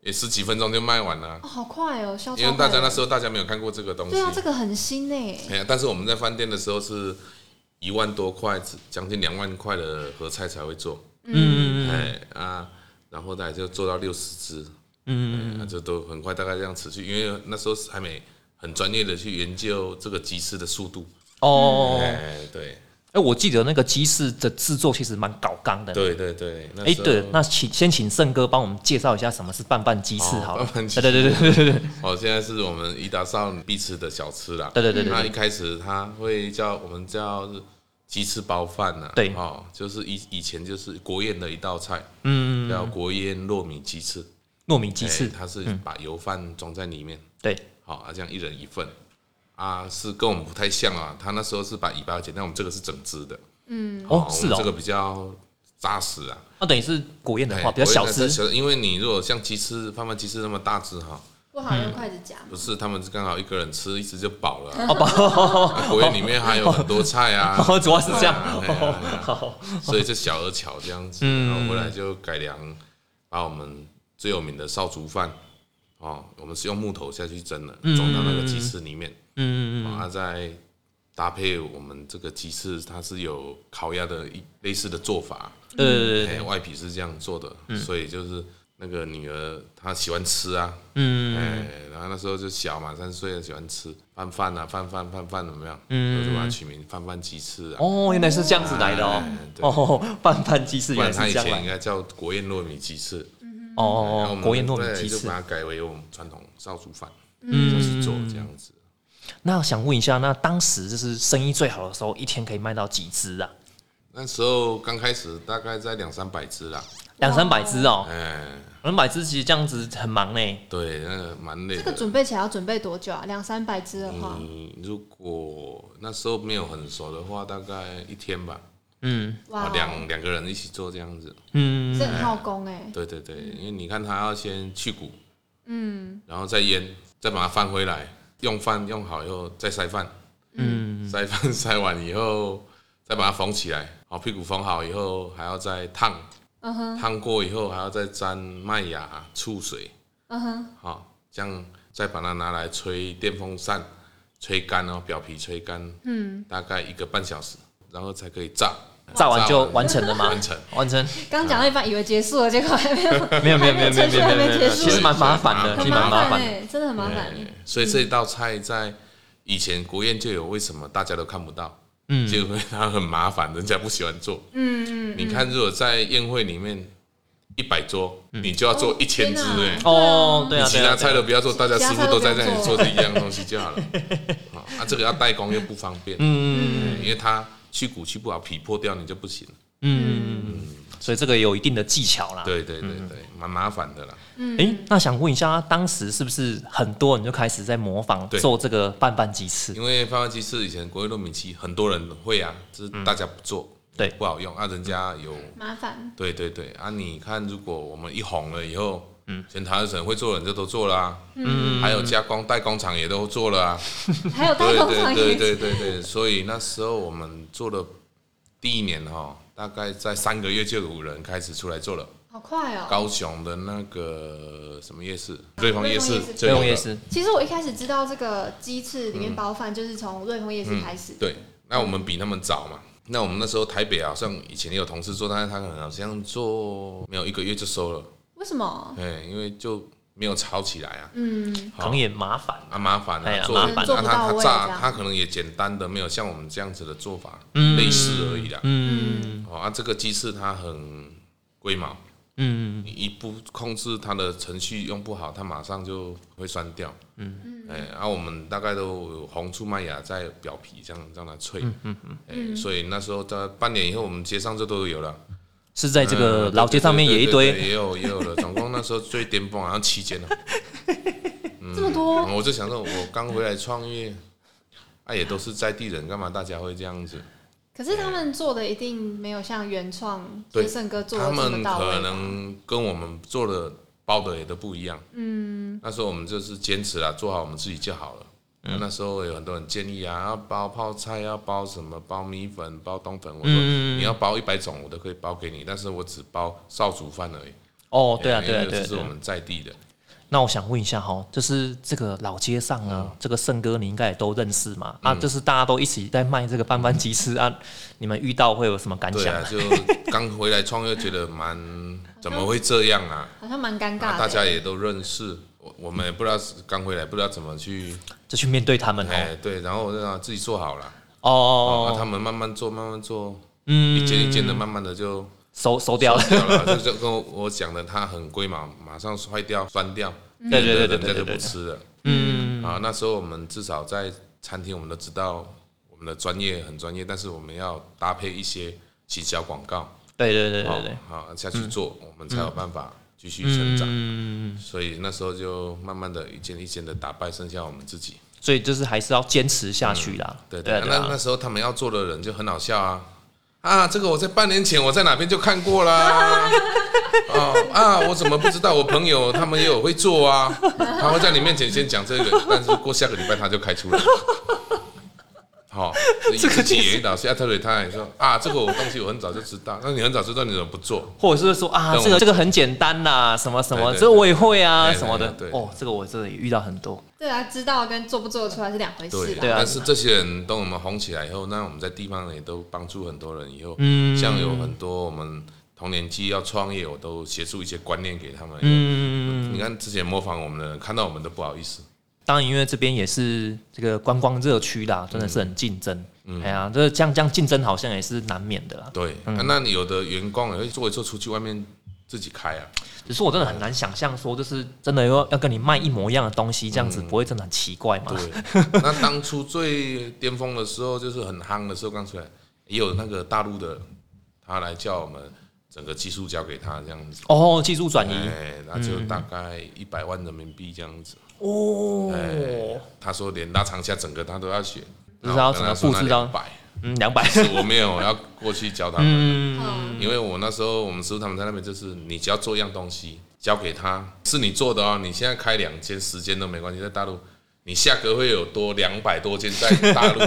S3: 也十几分钟就卖完了。
S2: 哦好快哦，销售。
S3: 因为大家那时候大家没有看过这个东西
S2: 对，啊，这个很新欸诶，
S3: 哎呀，但是我们在饭店的时候是一万多块，将近两万块的合菜才会做。嗯嗯哎啊，然后大概就做到六十只。嗯嗯，这都很快，大概这样持续，因为那时候还没很专业的去研究这个鸡翅的速度。
S1: 哦，哎、
S3: 哎，对
S1: 我记得那个鸡翅的制作其实蛮搞纲的。
S3: 对对对，那
S1: 哎、
S3: 时候
S1: 对，那请先请盛哥帮我们介绍一下什么是拌拌鸡翅好了。
S3: 哦拌拌鸡
S1: 对对对对对对对
S3: 哦，现在是我们宜达少必吃的小吃啦。
S1: 对对对对
S3: 那一开始他会叫我们叫鸡翅包饭呐、
S1: 对
S3: 哦，就是以以前就是国宴的一道菜，嗯，叫国宴糯米鸡翅。
S1: 糯米鸡翅嗯
S3: 哎，它是把油饭装在里面，
S1: 对，
S3: 好、啊，这样一人一份。啊，是跟我们不太像啊，他那时候是把尾巴剪，但我们这个是整只的。嗯，
S1: 哦
S3: 我
S1: 是
S3: 们
S1: 哦
S3: 这个比较扎实啊。
S1: 那、等于是国宴的
S3: 哎
S1: 话比较小
S3: 国
S1: 只
S3: 宴的，小，因为你如果像鸡翅、饭饭鸡翅那么大只哈，
S2: 不好
S1: 嗯
S2: 用筷子夹。
S3: 不是，他们是刚好一个人吃，一直就饱了、 啊。啊国宴里面还有很多菜啊，
S1: 哦，主要是这样。
S3: 对啊对啊对啊
S1: 好，
S3: 所以就小而巧这样子。
S1: 嗯
S3: 然后后来就改良，把我们最有名的少竹饭，哦，我们是用木头下去蒸的，
S1: 嗯
S3: 装到那个鸡翅里面，嗯嗯，它再搭配我们这个鸡翅，它是有烤鸭的一类似的做法，
S1: 对对对对，嗯
S3: 哎，外皮是这样做的，所以就是那个女儿她喜欢吃啊，嗯，哎，然后那时候就小嘛，三岁喜欢吃饭饭啊，饭饭饭饭怎么样？嗯，就把它取名饭饭鸡翅啊，
S1: 哦，原来是这样子来的哦
S3: 哎。对
S1: 哦，拌拌鸡翅
S3: 不
S1: 原
S3: 然
S1: 来
S3: 它
S1: 是
S3: 以
S1: 这样
S3: 前
S1: 来
S3: 应
S1: 的。
S3: 该叫国宴糯米鸡翅，
S1: 哦
S3: 然后我
S1: 哦哦，
S3: 们
S1: 国宴糯米鸡
S3: 对就
S1: 翅。
S3: 把它改为我们传统少主饭，嗯，去做这样子。
S1: 那想问一下，那当时就是生意最好的时候，一天可以卖到几只啊？
S3: 那时候刚开始大概在两三百只啦，
S1: 两三百只哦，
S3: 哎，
S1: 两三百只其实这样子很忙呢。
S3: 对，那个蛮累
S2: 这个哦
S3: 的。
S2: 准备起来要准备多久啊？两三百只的话，
S3: 你如果那时候没有很熟的话，大概一天吧。
S1: 嗯
S2: 哇哦
S3: 啊，，两两个人一起做这样子，
S1: 嗯，
S2: 这很耗工哎。
S3: 对对对，因为你看他要先去骨，嗯，然后再腌，再把它翻回来，用饭用好以后再筛饭，嗯，筛饭筛完以后再把它缝起来，好屁股缝好以后还要再烫，
S2: 嗯哼，
S3: 烫过以后还要再沾麦芽醋水，
S2: 嗯哼，
S3: 好，这样再把它拿来吹电风扇，吹干哦，表皮吹干，嗯，大概一个半小时，然后才可以炸，
S1: 炸完就完成了吗？
S3: 完成。
S1: 完成，
S2: 刚讲到一
S3: 啊
S2: 半以为结束了，结果 还没有，
S1: 没有没有没有没有没有没有没有，其实蛮麻烦的，
S3: 还
S1: 其实
S2: 很
S1: 蛮麻
S2: 烦
S1: 烦的。
S2: 哎，真的很麻烦。
S3: 对，所以这道菜在以前国宴就有，为什么大家都看不到？嗯，就因为它很麻烦，人家不喜欢做。嗯嗯，你看，如果在宴会里面一百桌，你就要做一千只
S2: 天哪
S3: 哎。
S1: 哦，嗯对啊，
S3: 其
S1: 对啊
S3: 他，菜都不要做，大家师傅都在那里做
S2: 其他
S3: 这一样东西就好 了。好啊，这个要代工又不方便，嗯，因为它去骨去不好，皮破掉你就不行了。
S1: 所以这个有一定的技巧啦。
S3: 嗯对对对对，
S1: 嗯
S3: 蛮麻烦的啦。
S1: 诶，那想问一下，当时是不是很多人就开始在模仿
S3: 对
S1: 做这个拌拌鸡翅？
S3: 因为番茄鸡翅以前国内糯米鸡很多人会啊，只是大家不做，
S1: 嗯对
S3: 不好用啊，人家有
S2: 麻烦，
S3: 对对对啊！你看，如果我们一红了以后，嗯，全台湾省会做的人就都做了、啊，嗯，还有加工代工厂也都做了啊，
S2: 还有代
S3: 对
S2: 工
S3: 对
S2: 厂
S3: 对
S2: 也
S3: 对对对，所以那时候我们做的第一年哈，大概在三个月就有人开始出来做了。
S2: 好快哦。
S3: 高雄的那个什么夜市，瑞丰夜
S2: 瑞
S3: 市
S2: 丰夜市，
S1: 这种也
S3: 市，
S1: 是，
S2: 其实我一开始知道这个鸡翅里面包饭，就是从瑞丰夜市开始。
S3: 嗯对，那我们比他们早嘛。那我们那时候台北好像以前也有同事做，但是他可能好像做没有一个月就收了，
S2: 为什么？
S3: 哎，因为就没有炒起来啊。
S2: 嗯，
S1: 可能也麻烦。
S3: 啊，麻烦
S1: 哎
S3: 啊，
S1: 呀
S3: 做
S1: 麻烦
S2: 做
S3: 啊
S2: 不
S3: 他
S2: 到
S3: 他
S2: 位这
S3: 炸
S2: 样
S3: 他可能也简单的，没有像我们这样子的做法，类似而已啦。嗯，哦，啊，这个鸡翅它很龟毛，嗯，你一不控制它的程序用不好，它马上就会酸掉。嗯，哎，啊，我们大概都有红醋麦芽在表皮这样让它脆，嗯嗯嗯，哎，所以那时候在半年以后，我们街上就都有了。
S1: 是在这个
S3: 嗯
S1: 老街上面
S3: 对
S1: 也
S3: 对
S1: 一
S3: 对
S1: 堆
S3: 对也有也有了。总共那时候最巅峰好像七间了。嗯
S2: 这么多，
S3: 我就想说，我刚回来创业，啊，也都是在地人，干嘛大家会这样子？
S2: 可是他们做的一定没有像原创
S3: 对
S2: 就是盛哥做
S3: 他
S2: 的这么
S3: 们
S2: 到
S3: 可
S2: 位。
S3: 能跟我们做的包的也都不一样。嗯，那时候我们就是坚持啊，做好我们自己就好了。
S1: 嗯
S3: 那时候有很多人建议啊，要包泡菜，要包什么，包米粉，包冬粉。我说、
S1: 嗯
S3: 你要包一百种，我都可以包给你，但是我只包少煮饭而已。
S1: 哦，对啊，
S3: 因为
S1: 对啊，
S3: 这
S1: 对啊
S3: 是
S1: 对
S3: 我
S1: 啊。
S3: 们在地的。
S1: 那我想问一下哈，就是这个老街上啊，
S3: 嗯
S1: 这个盛哥你应该也都认识嘛？啊，就是大家都一起在卖这个拌饭鸡翅啊，你们遇到会有什么感
S3: 对
S1: 想
S3: 啊，？就刚回来创业，觉得蛮怎么会这样啊？
S2: 好像蛮尴
S3: 啊
S2: 尬的，
S3: 大家也都认识，我我们也不知道是刚回来，不知道怎么去，
S1: 就去面对他们
S3: 哎，对，然后我就让自己做好了，
S1: 哦，
S3: 哦、啊
S1: 哦，
S3: 他
S1: 哦
S3: 们慢慢做，慢慢做，一
S1: 嗯，
S3: 件一件的，慢慢的就
S1: 收收掉了，
S3: 掉了，就 就跟我讲的，它很龟毛，马上坏掉、酸掉，
S1: 嗯对
S3: 有
S1: 对对对
S3: 的
S1: 对
S3: 人家就
S1: 对
S3: 不
S1: 对
S3: 吃了。
S1: 嗯，
S3: 啊，那时候我们至少在餐厅，我们都知道我们的专业很专业，但是我们要搭配一些行销广告，
S1: 对对对对对，
S3: 好，好下去做，我们才有办法继续成长。
S1: 嗯，
S3: 所以那时候就慢慢的一件一件的打败，剩下我们自己。
S1: 所以就是还是要坚持下去啦。
S3: 嗯对
S1: 对
S3: 对
S1: 啊对
S3: 那那
S1: 啊，
S3: 时候他们要做的人就很好笑啊啊！这个我在半年前我在哪边就看过 啦。哦啊，我怎么不知道？我朋友他们也有会做啊，他会在你面前先讲这个，但是过下个礼拜他就开出 来了。好、这个自己也导师阿特瑞他也说啊，这个我东西我很早就知道，那你很早知道你怎么不做？
S1: 或者是说啊，
S3: 但我
S1: 这个这个很简单啦，什么什么，
S3: 对对对
S1: 这个我也会啊，
S3: 对对
S1: 什么的
S3: 对。对
S1: 哦，这个我这里遇到很多，
S2: 对啊，知道跟做不做得出来是两回事
S3: 对，
S2: 啦。
S1: 对啊
S3: 但是这些人等我们红起来以后，那我们在地方也都帮助很多人。以后，
S1: 嗯
S3: 像有很多我们同年纪要创业，我都协助一些观念给他们。
S1: 嗯，
S3: 你看之前模仿我们的人，看到我们都不好意思。
S1: 当然因为这边也是这个观光热区
S3: 嗯
S1: 啦，真的是很竞争。哎呀，这这样这样竞争好像也是难免的啦。
S3: 对，啊那你有的员工也会做一做出去外面自己开啊。
S1: 只是我真的很难想象说，就是真的要要跟你卖一模一样的东西，这样子不会真的很奇怪吗？
S3: 对，那当初最巅峰的时候，就是很夯的时候刚出来，也有那个大陆的，他来叫我们整个技术交给他这样子。
S1: 哦，技术转移
S3: 哎，那就
S1: 嗯
S3: 大概一百万人民币这样子。哎
S1: 哦，
S3: 呃他说连拉长下整个他都要学，
S1: 不知道
S3: 然后
S1: 怎么布置到
S3: 百，
S1: 嗯，两百，
S3: 是我没有要过去教他们，
S2: 嗯，
S3: 因为我那时候我们师傅他们在那边就是你只要做一样东西交给他，是你做的哦，你现在开两间十间都没关系，在大陆你下个会有多两百多间在 大陆，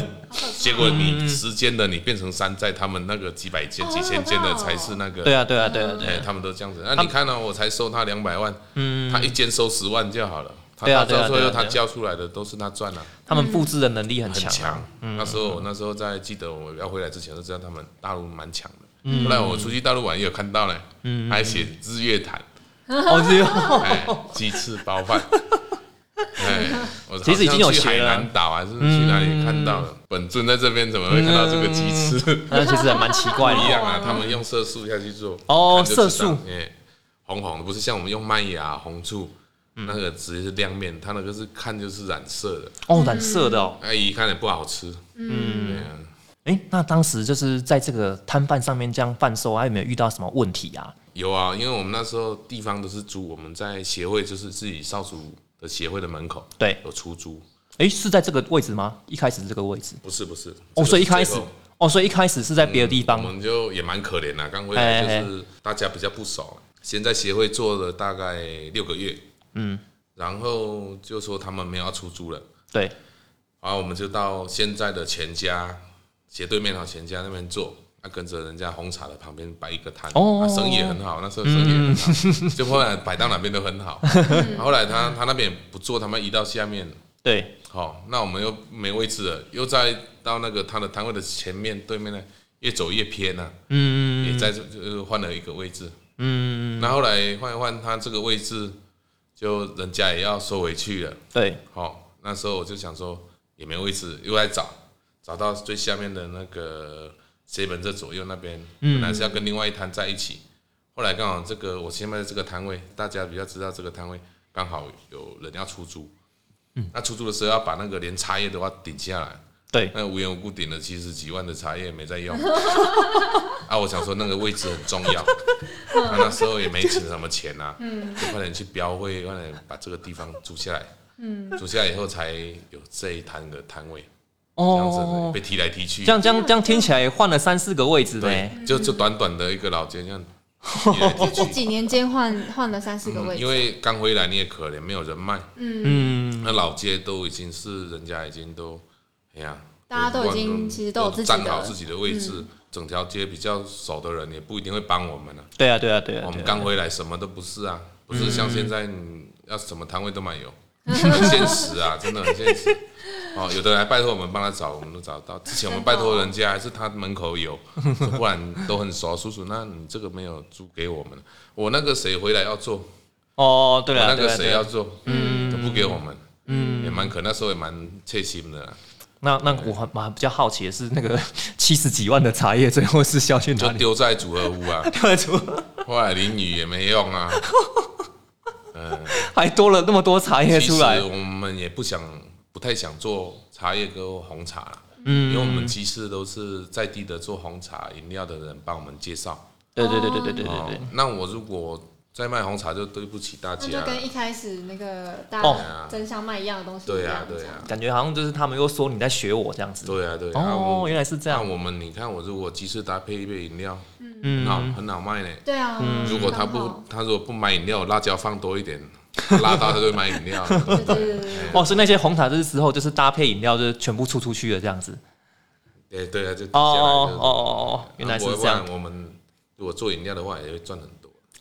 S3: 结果你十间的你变成三，在他们那个几百 间
S2: 哦
S3: 几千间的
S2: 我知道
S3: 才是那个
S1: 对啊，对啊，对啊，对
S3: 哎，
S1: 啊，
S3: 他们都这样子。那你看呢、哦我才收他两百万，嗯，他一间收十万就好了。他
S1: 对啊
S3: 到
S1: 对啊
S3: 最
S1: 对
S3: 后
S1: 啊对啊
S3: 他交出来的都是他赚啊了，
S1: 他们复制的能力很
S3: 很
S1: 强啊，
S3: 强。那时候我那时候在记得我要回来之前，就知道他们大陆蛮强
S1: 嗯
S3: 的。后来我出去大陆玩也有看到呢，还写日月潭，
S1: 哦，是哦
S3: 哎，鸡翅包饭。哎，我
S1: 其实已经有
S3: 好像去
S1: 学
S3: 海
S1: 了嗯
S3: 南岛还是去哪里看到了？本尊在这边怎么会看到这个鸡翅？
S1: 那其实还蛮奇怪
S3: 一
S1: 的。
S3: 样啊，他们用色素下去做。
S1: 哦
S3: 看就知
S1: 色
S3: 道
S1: 素
S3: 哎，红红的，不是像我们用麦芽、红醋，
S1: 嗯
S3: 那个直接是亮面，它那个是看就是染色的，
S1: 哦，染色的哦。
S3: 那一看也不好吃。嗯，
S1: 哎，那当时就是在这个摊贩上面这样贩售，还有没有遇到什么问题啊？
S3: 有啊，因为我们那时候地方都是租，我们在协会就是自己少族的协会的门口
S1: 对，
S3: 有出租，
S1: 哎，是在这个位置吗？一开始是这个位置
S3: 不是不是。
S1: 哦，所以一
S3: 这个嗯
S1: 开
S3: 是
S1: 始
S3: 最后
S1: 哦，所以一开始是在别的地
S3: 我
S1: 方
S3: 们就也蛮可怜的，啊刚回来
S1: 哎哎
S3: 就是大家比较不熟，先在协会做了大概六个月，
S1: 嗯，
S3: 然后就说他们没有要出租了。
S1: 对，
S3: 然后我们就到现在的钱家斜对面哈，钱家那边做，那、跟着人家红茶的旁边摆一个摊，
S1: 哦嗯
S3: 啊生意也很好，那时候生意也很好， 就后来摆到哪边都很好。后来他他那边也不做，他们移到下面，
S1: 对，
S3: 好、那我们又没位置了，又再到那个他的摊位的前面对面呢，越走越偏了、啊
S1: 嗯
S3: 也在这就是换了一个位置，嗯，那后来换一换他这个位置，就人家也要收回去了。
S1: 对，
S3: 好、哦那时候我就想说也没位置，又在找，找到最下面的那个 seven 这左右那边，本来是要跟另外一摊在一起，后来刚好这个我现在这个摊位，大家比较知道这个摊位刚好有人要出租，嗯，那出租的时候要把那个连茶叶都要顶下来，
S1: 对，
S3: 那无缘无故点了七十几万的茶叶没在用，啊，我想说那个位置很重要，啊、那时候也没存什么钱啊，就快点去标会，快点把这个地方租下来，租下来以后才有这一摊的摊位，这样子
S1: 哦
S3: 被，踢来踢去
S1: 这，样这样这样听起来换了三四个位置
S3: 对
S1: 呗，，
S3: 就就短短的一个老街这样踢来踢
S2: 这
S3: 去，
S2: 几年间换换了三四个位
S3: 嗯因
S2: 置，
S3: 为刚回来你也可怜，没有人脉，
S1: 嗯，
S3: 那老街都已经是人家已经都，哎呀，
S2: 大家都已经其实都有自己的嗯
S3: 站好自己的位置，整条街比较熟的人也不一定会帮我们啊。
S1: 对啊对啊对啊，
S3: 我们
S1: 对啊
S3: 刚回来什么都不是啊，不是像现在你要什么摊位都买 有，很现实啊，真的很现实。哦，有的人还拜托我们帮他找，我们都找到。之前我们拜托人家，还是他门口 有，不然都很熟。叔叔，那你这个没有租给我们，我那个谁回来要做，
S1: 哦对
S3: 我
S1: 啊
S3: 那
S1: 对
S3: 个
S1: 啊
S3: 谁
S1: 对
S3: 要
S1: 啊，
S3: 做，嗯，都不给我们，嗯，也蛮可那时候也蛮切心的啊、
S1: 那那我还蛮比较好奇的是那个 七十几万的茶叶最后是销去
S3: 就
S1: 哪 里？
S3: 丢在组合屋啊。
S1: 对，除
S3: 后来淋雨也没用 啊。
S1: 还多了那么多茶叶
S3: 其
S1: 出
S3: 实
S1: 来，
S3: 我们也不想，不太想做茶叶跟红茶啦。嗯，因为我们其实都是在地的做红茶饮料的人帮我们介绍。
S1: 对对对对对对对
S3: 哦
S1: 对，，
S3: 那我如果在卖红茶，就对不起大
S2: 那
S3: 家
S2: 就
S3: 啊。
S2: 跟一开始那个大
S1: 哦
S2: 家争相卖一样的东西一
S3: 对
S2: 样
S3: 呀，，
S2: 这
S3: 对
S2: 样
S3: 呀，
S1: 感觉好像就是他们又说你在学我这样子，
S3: 对呀，对呀。啊
S1: 哦，
S3: 我
S1: 原来是这
S3: 那
S1: 样，
S3: 我们你看，我如果鸡翅搭配一杯饮料，很好
S1: 嗯，
S3: 很好卖呢。
S2: 对啊，
S3: 如果他
S2: 很
S3: 不
S2: 好，
S3: 他如果不买饮料，辣椒放多一点， 拉到他就会买 饮料。
S2: 对对对对对，
S1: 哦，所以那些红茶就是之后就是搭配饮料，就是全部出出去了这样子，
S3: 对对啊，就
S1: 哦
S3: 接下来
S1: 哦
S3: 就是
S1: 哦哦，原来是这样
S3: 啊不然，我们如果做饮料的话，也会赚很多。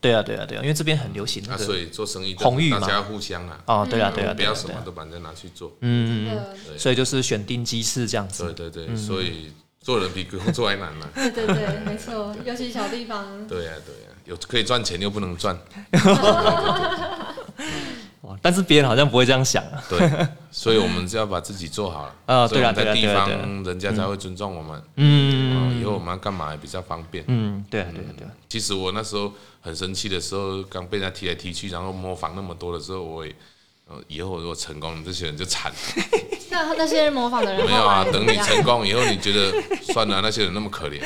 S1: 对啊对啊对啊，因为这边很流行那
S3: 啊，所
S1: 个，
S3: 以做生意的
S1: 红玉嘛
S3: 大家互相啊，
S1: 哦，对啊对啊，
S3: 不
S1: 对啊
S3: 要什
S1: 对啊，
S3: 么都把人家拿去做。
S1: 嗯嗯嗯，
S2: 呃
S3: 对
S1: 所以就是选定鸡翅这样子
S3: 对，对对，所以做人比工作还难 啊。
S2: 对对对，没错，尤其小地方，
S3: 对呀对呀，啊有可以赚钱又不能赚，
S1: 哇但是别人好像不会这样想啊，
S3: 对，所以我们就要把自己做好了。
S1: 啊
S3: 所以我们
S1: 对啊对啊
S3: 在地
S1: 对啊对
S3: 方人家才会尊重我们。
S1: 嗯
S3: 嗯，以后我们要干嘛也比较方便。
S1: 嗯，对啊对啊对啊，
S3: 其实我那时候很生气的时候，刚被人家踢来踢去，然后模仿那么多的时候，我也，呃以后如果成功，这些人就惨了。
S2: 那那些模仿的人
S3: 没有啊
S2: 后，来
S3: 等
S2: 怎
S3: 你
S2: 么样
S3: 成功以后，你觉得算了，那些人那么可怜，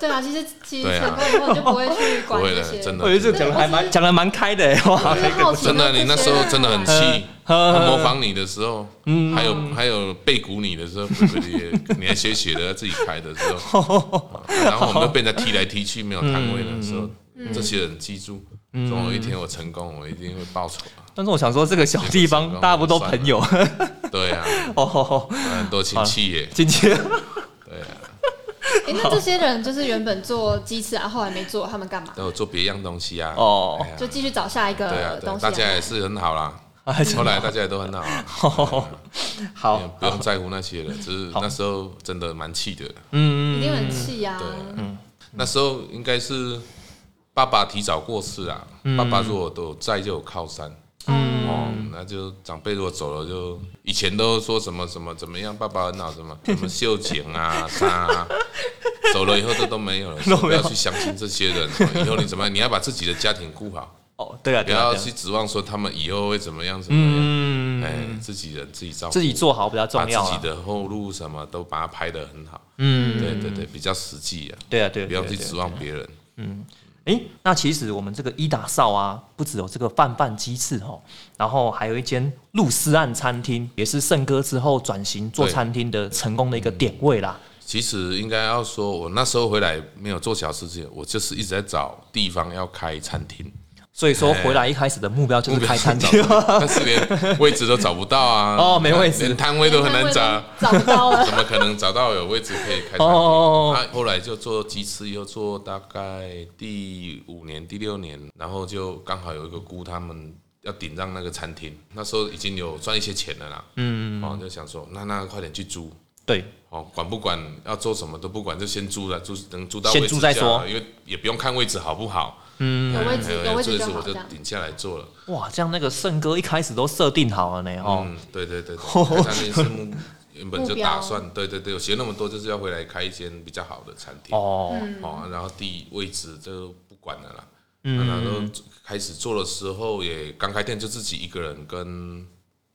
S2: 对啊，其实其实
S3: 对
S2: 成
S3: 啊
S2: 功以后就不会去
S3: 不
S2: 管
S3: 会
S2: 这
S3: 的，
S2: 些，
S3: 真
S1: 我觉得这
S3: 的，
S1: 个讲的还蛮讲的蛮开的欸 哇，
S2: 好奇
S3: 真的，你那时候真的很气。
S1: 呵
S3: 他模仿你的时候，还有还有背鼓你的时候，不是你你还学学的自己开的时候，啊然后我们都被人家踢来踢去，没有摊位的时候，这些人记住，总有一天我成功，我一定会报仇啊。
S1: 但是我想说，这个小地 方大家不都朋友
S3: 对啊，
S1: 哦，
S3: 很多亲戚耶，
S1: 今天
S3: 对啊，
S2: 哎、那这些人就是原本做鸡翅啊，后来没做，他们干嘛？
S3: 都有做别样东西啊。
S1: 哦
S3: 哎呀
S2: 就继续找下一
S3: 对啊
S2: 个，
S3: 对啊
S2: 呃东西、
S3: 大家也是很好 啦。
S1: 还
S3: 后来大家也都很好啊。
S1: 哦好
S3: 也，不用在乎那些了，只是那时候真的蛮气的。
S2: 一定很气啊嗯呀、
S3: 对那时候应该是爸爸提早过世啊，爸爸如果都有在就有靠山。哦，那就长辈如果走了就，以前都说什么什么怎么样，爸爸很好什 么什么秀景啊啥啊，走了以后这 都没有了，所以不要去相信这些人。哦以后你怎么样，你要把自己的家庭顾好，
S1: 哦，对啊，
S3: 不
S1: 对啊，
S3: 要
S1: 对啊
S3: 去指望说他们以后会怎么样怎么样。
S1: 嗯，
S3: 哎，自己人自己照顾，
S1: 自己做好比较
S3: 把
S1: 重要
S3: 自己
S1: 啊，
S3: 的后路什么都把它拍得很好。嗯，对对对，比较实际啊，
S1: 对啊，对啊，
S3: 不要
S1: 对啊
S3: 去
S1: 对啊
S3: 指望别人。
S1: 诶，那其实我们这个伊达少啊，不只有这个饭饭鸡翅吼，然后还有一间露丝岸餐厅，也是圣哥之后转型做
S3: 对
S1: 餐厅的成功的一个典位啦。
S3: 其实应该要说，我那时候回来没有做小吃之前，我就是一直在找地方要开餐厅，
S1: 所以说回来一开始的目标就是开餐厅
S3: 目，标是找，但是连位置都找不到啊。
S1: 哦 没位置
S3: 连摊位都很难找，
S2: 找不到啊了。
S3: 怎么可能找到有位置可以开餐厅？
S1: 哦
S3: 啊，后来就做鸡翅，又做大概第五年、第六年，然后就刚好有一个姑他们要顶让那个餐厅，那时候已经有赚一些钱了啦，嗯，哦，就想说那那快点去租，
S1: 对，
S3: 哦，管不管要做什么都不管，就先租了，租能租到
S1: 先
S3: 位置
S1: 租再
S3: 就好
S1: 说
S3: 了因为也不用看位置好不好，嗯哎
S2: 有位置，有位
S3: 这
S2: 置
S3: 一
S2: 就
S3: 次
S2: 好
S3: 我
S2: 这
S3: 就
S2: 样。
S3: 顶下来做了，
S1: 哇，这样那个圣哥一开始都设定好了呢，哦，
S3: 嗯，对对对，对开餐厅是目原本就
S2: 目标
S3: 打算，对对对，我学那么多就是要回来开一间比较好的餐厅，
S1: 哦，
S3: 哦，然后地位置这个不管了啦。嗯，然后开始做的时候也刚开店，就自己一个人跟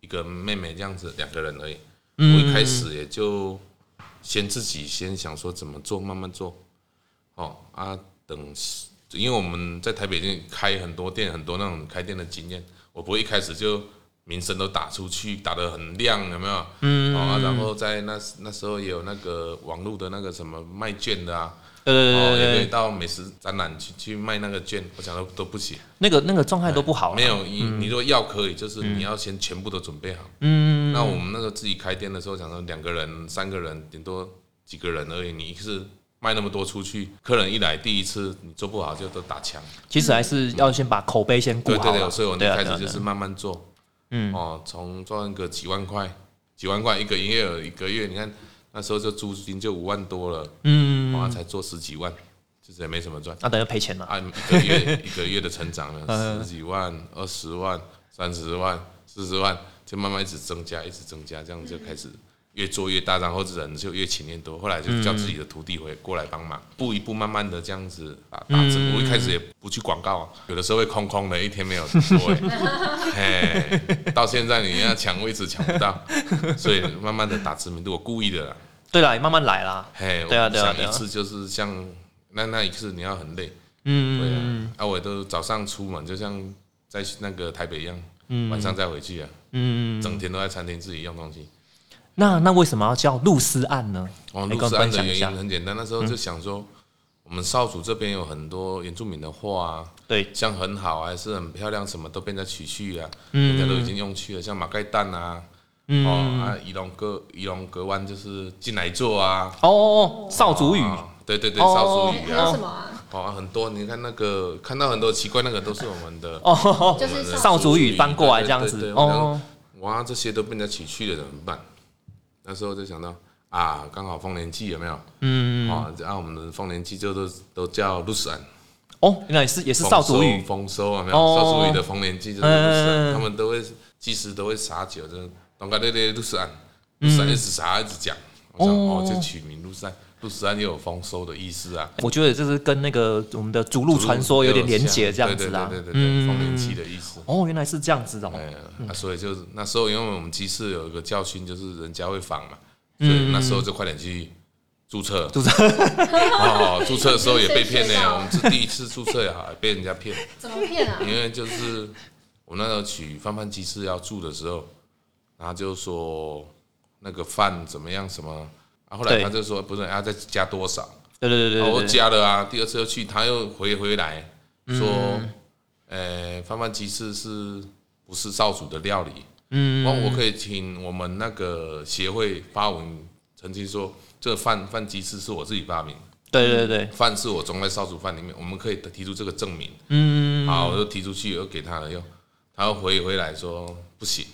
S3: 一个妹妹这样子，两个人而已。我一开始也就先自己先想说怎么做，慢慢做。哦啊，等，因为我们在台北店开很多店，很多那种开店的经验，我不会一开始就名声都打出去，打得很亮，有没有？嗯。哦、啊，然后在那那时候也有那个网络的那个什么卖券的啊，
S1: 对对
S3: 哦，
S1: 对
S3: 也
S1: 对
S3: 可
S1: 对，
S3: 以到美食展览去去卖那个券，我想都都不行。
S1: 那个那个状态都不好了
S3: 没。有，你你如果要可以，就是你要先全部都准备好。
S1: 嗯，
S3: 那我们那个自己开店的时候，想说两个人、三个人，顶多几个人而已。你是卖那么多出去，客人一来第一次你做不好就都打枪。
S1: 其实还是要先把口碑先顾
S3: 对
S1: 好
S3: 对
S1: 啦。
S3: 对，所以我们
S1: 对
S3: 一
S1: 啊
S3: 开
S1: 对
S3: 始
S1: 啊
S3: 就是慢慢做，
S1: 嗯
S3: 哦，从赚个几万块，几万块一个营业额一个月，你看那时候就租金就五万多了，嗯，哇，才做十几万，其实也没什么赚。
S1: 啊那等于赔钱了。
S3: 按啊一个月一个月的成长了，十几万、二十万、三十万、四十万，就慢慢一直增加，一直增加，这样就开始越做越大，然后人就越勤练多。后来就叫自己的徒弟回过来帮忙，一步一步慢慢的这样子打打折。我一开始也不去广告、啊，有的时候会空空的，一天没有做、欸，嘿，到现在你要抢位置抢不到，所以慢慢的打知名度，我故意的啦。
S1: 对啦，你慢慢来啦。
S3: 嘿，
S1: 对啊
S3: 我不
S1: 对啊
S3: 想
S1: 对啊
S3: 一次就是像那那一次你要很累，嗯，对啊，啊我都早上出门就像在那个台北一样，
S1: 嗯
S3: 晚上再回去啊，嗯，整天都在餐厅自己用东西。
S1: 那那为什么要叫露丝案呢？
S3: 哦，
S1: 你
S3: 路
S1: 哎跟我
S3: 斯安
S1: 分
S3: 的
S1: 享一
S3: 原
S1: 下
S3: 因。很简单，那
S1: 嗯
S3: 时候就想说，我们少主这边有很多原住民的画啊，
S1: 对，
S3: 像很好啊还是很漂亮，什么都被人家取去啊，
S1: 嗯
S3: 人家都已经用去了，像马盖蛋啊。哦啊，仪龙哥，仪龙格湾就是进来做啊，
S1: 哦哦哦，少族语。
S3: 啊对对对，
S1: 哦
S3: 少数
S2: 还
S3: 语
S2: 有
S3: 啊
S2: 什，么啊？
S3: 哦，很多，你看那个看到很多奇怪，那个都是我们的
S1: 哦吼吼
S2: 就
S3: 我
S2: 是
S3: 们的
S1: 少族语翻过来
S3: 对
S1: 这样
S3: 对对
S1: 子。
S3: 对我想
S1: 哦，
S3: 哇，这些都被人家取去了，怎么办？那时候就想到啊，刚好丰年祭有没有？嗯，哦，然后我们的丰年祭就都都叫露斯安，
S1: 哦，原来是也是少族语。
S3: 丰收丰收有没有？
S1: 哦
S3: 少族语的丰年祭就是露斯
S1: 嗯嗯嗯
S3: 安，
S1: 嗯
S3: 他们都会祭司都会撒酒，就是东嘎对对露斯安，露斯安一直撒一直讲，我想
S1: 嗯哦
S3: 哦，就取名露斯安，露斯安也有丰收的意思啊。
S1: 我觉得这是跟那个我们的逐鹿传说有点连结这样子啊嗯啦。
S3: 对对对对对，丰年祭的意思。
S1: 哦，原来是这样子的哦。
S3: 哎呀，啊所以就是那时候，因为我们鸡翅有一个教训，就是人家会仿嘛，所以那时候就快点去注册。嗯 注册哦，注册的时候也被骗 呢
S2: 谁知。道
S3: 我们是第一次注册呀，还被人家骗，
S2: 怎么骗啊
S3: 因？为就是我那时候取饭饭鸡翅要住的时候，然后就说那个饭怎么样什么，啊，后来
S1: 对
S3: 他就说不是，要再加多少。
S1: 对对对
S3: 然后
S1: 对
S3: 我
S1: 对对。
S3: 加了啊，第二次又去，他又回回来说，呃，翻翻鸡翅是不是少主的料理？嗯，然后我可以请我们那个协会发文澄清说，这饭饭鸡翅是我自己发明的，
S1: 对对对。
S3: 饭是我装在少主饭里面，我们可以提出这个证明。嗯，好，我就提出去，又给他了，又他又回回来说不行，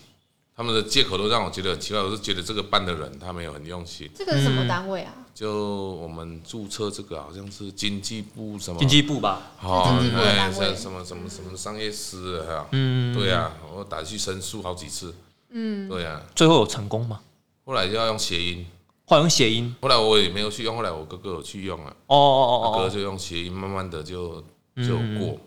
S3: 他们的借口都让我觉得很奇怪，我是觉得这个办的人他没有很用心。
S2: 这个是什么单位啊？
S3: 就我们注册这个好像是经济部什么
S1: 经济部吧，
S3: 哦
S2: 经济部的单位
S3: 哎什么什么什么商业司哈，嗯，对呀、我打去申诉好几次，嗯，对呀、
S1: 最后有成功吗？
S3: 后来就要用谐音，
S1: 后来用谐音。
S3: 后来我也没有去用，后来我哥哥有去用啊，
S1: 哦哦
S3: 我
S1: 哦
S3: 哥
S1: 哦，
S3: 就用谐音，慢慢的就就过，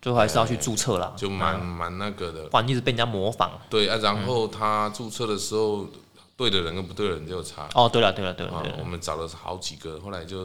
S1: 最后还是要去注册啦。
S3: 就蛮蛮那个的，
S1: 不然一直被人家模仿。
S3: 对啊，然后他注册的时候，对的人跟不对的人就有差。
S1: 哦，对了对了对了
S3: 啊
S1: 对，
S3: 我
S1: 了。
S3: 们找了好几个，后来就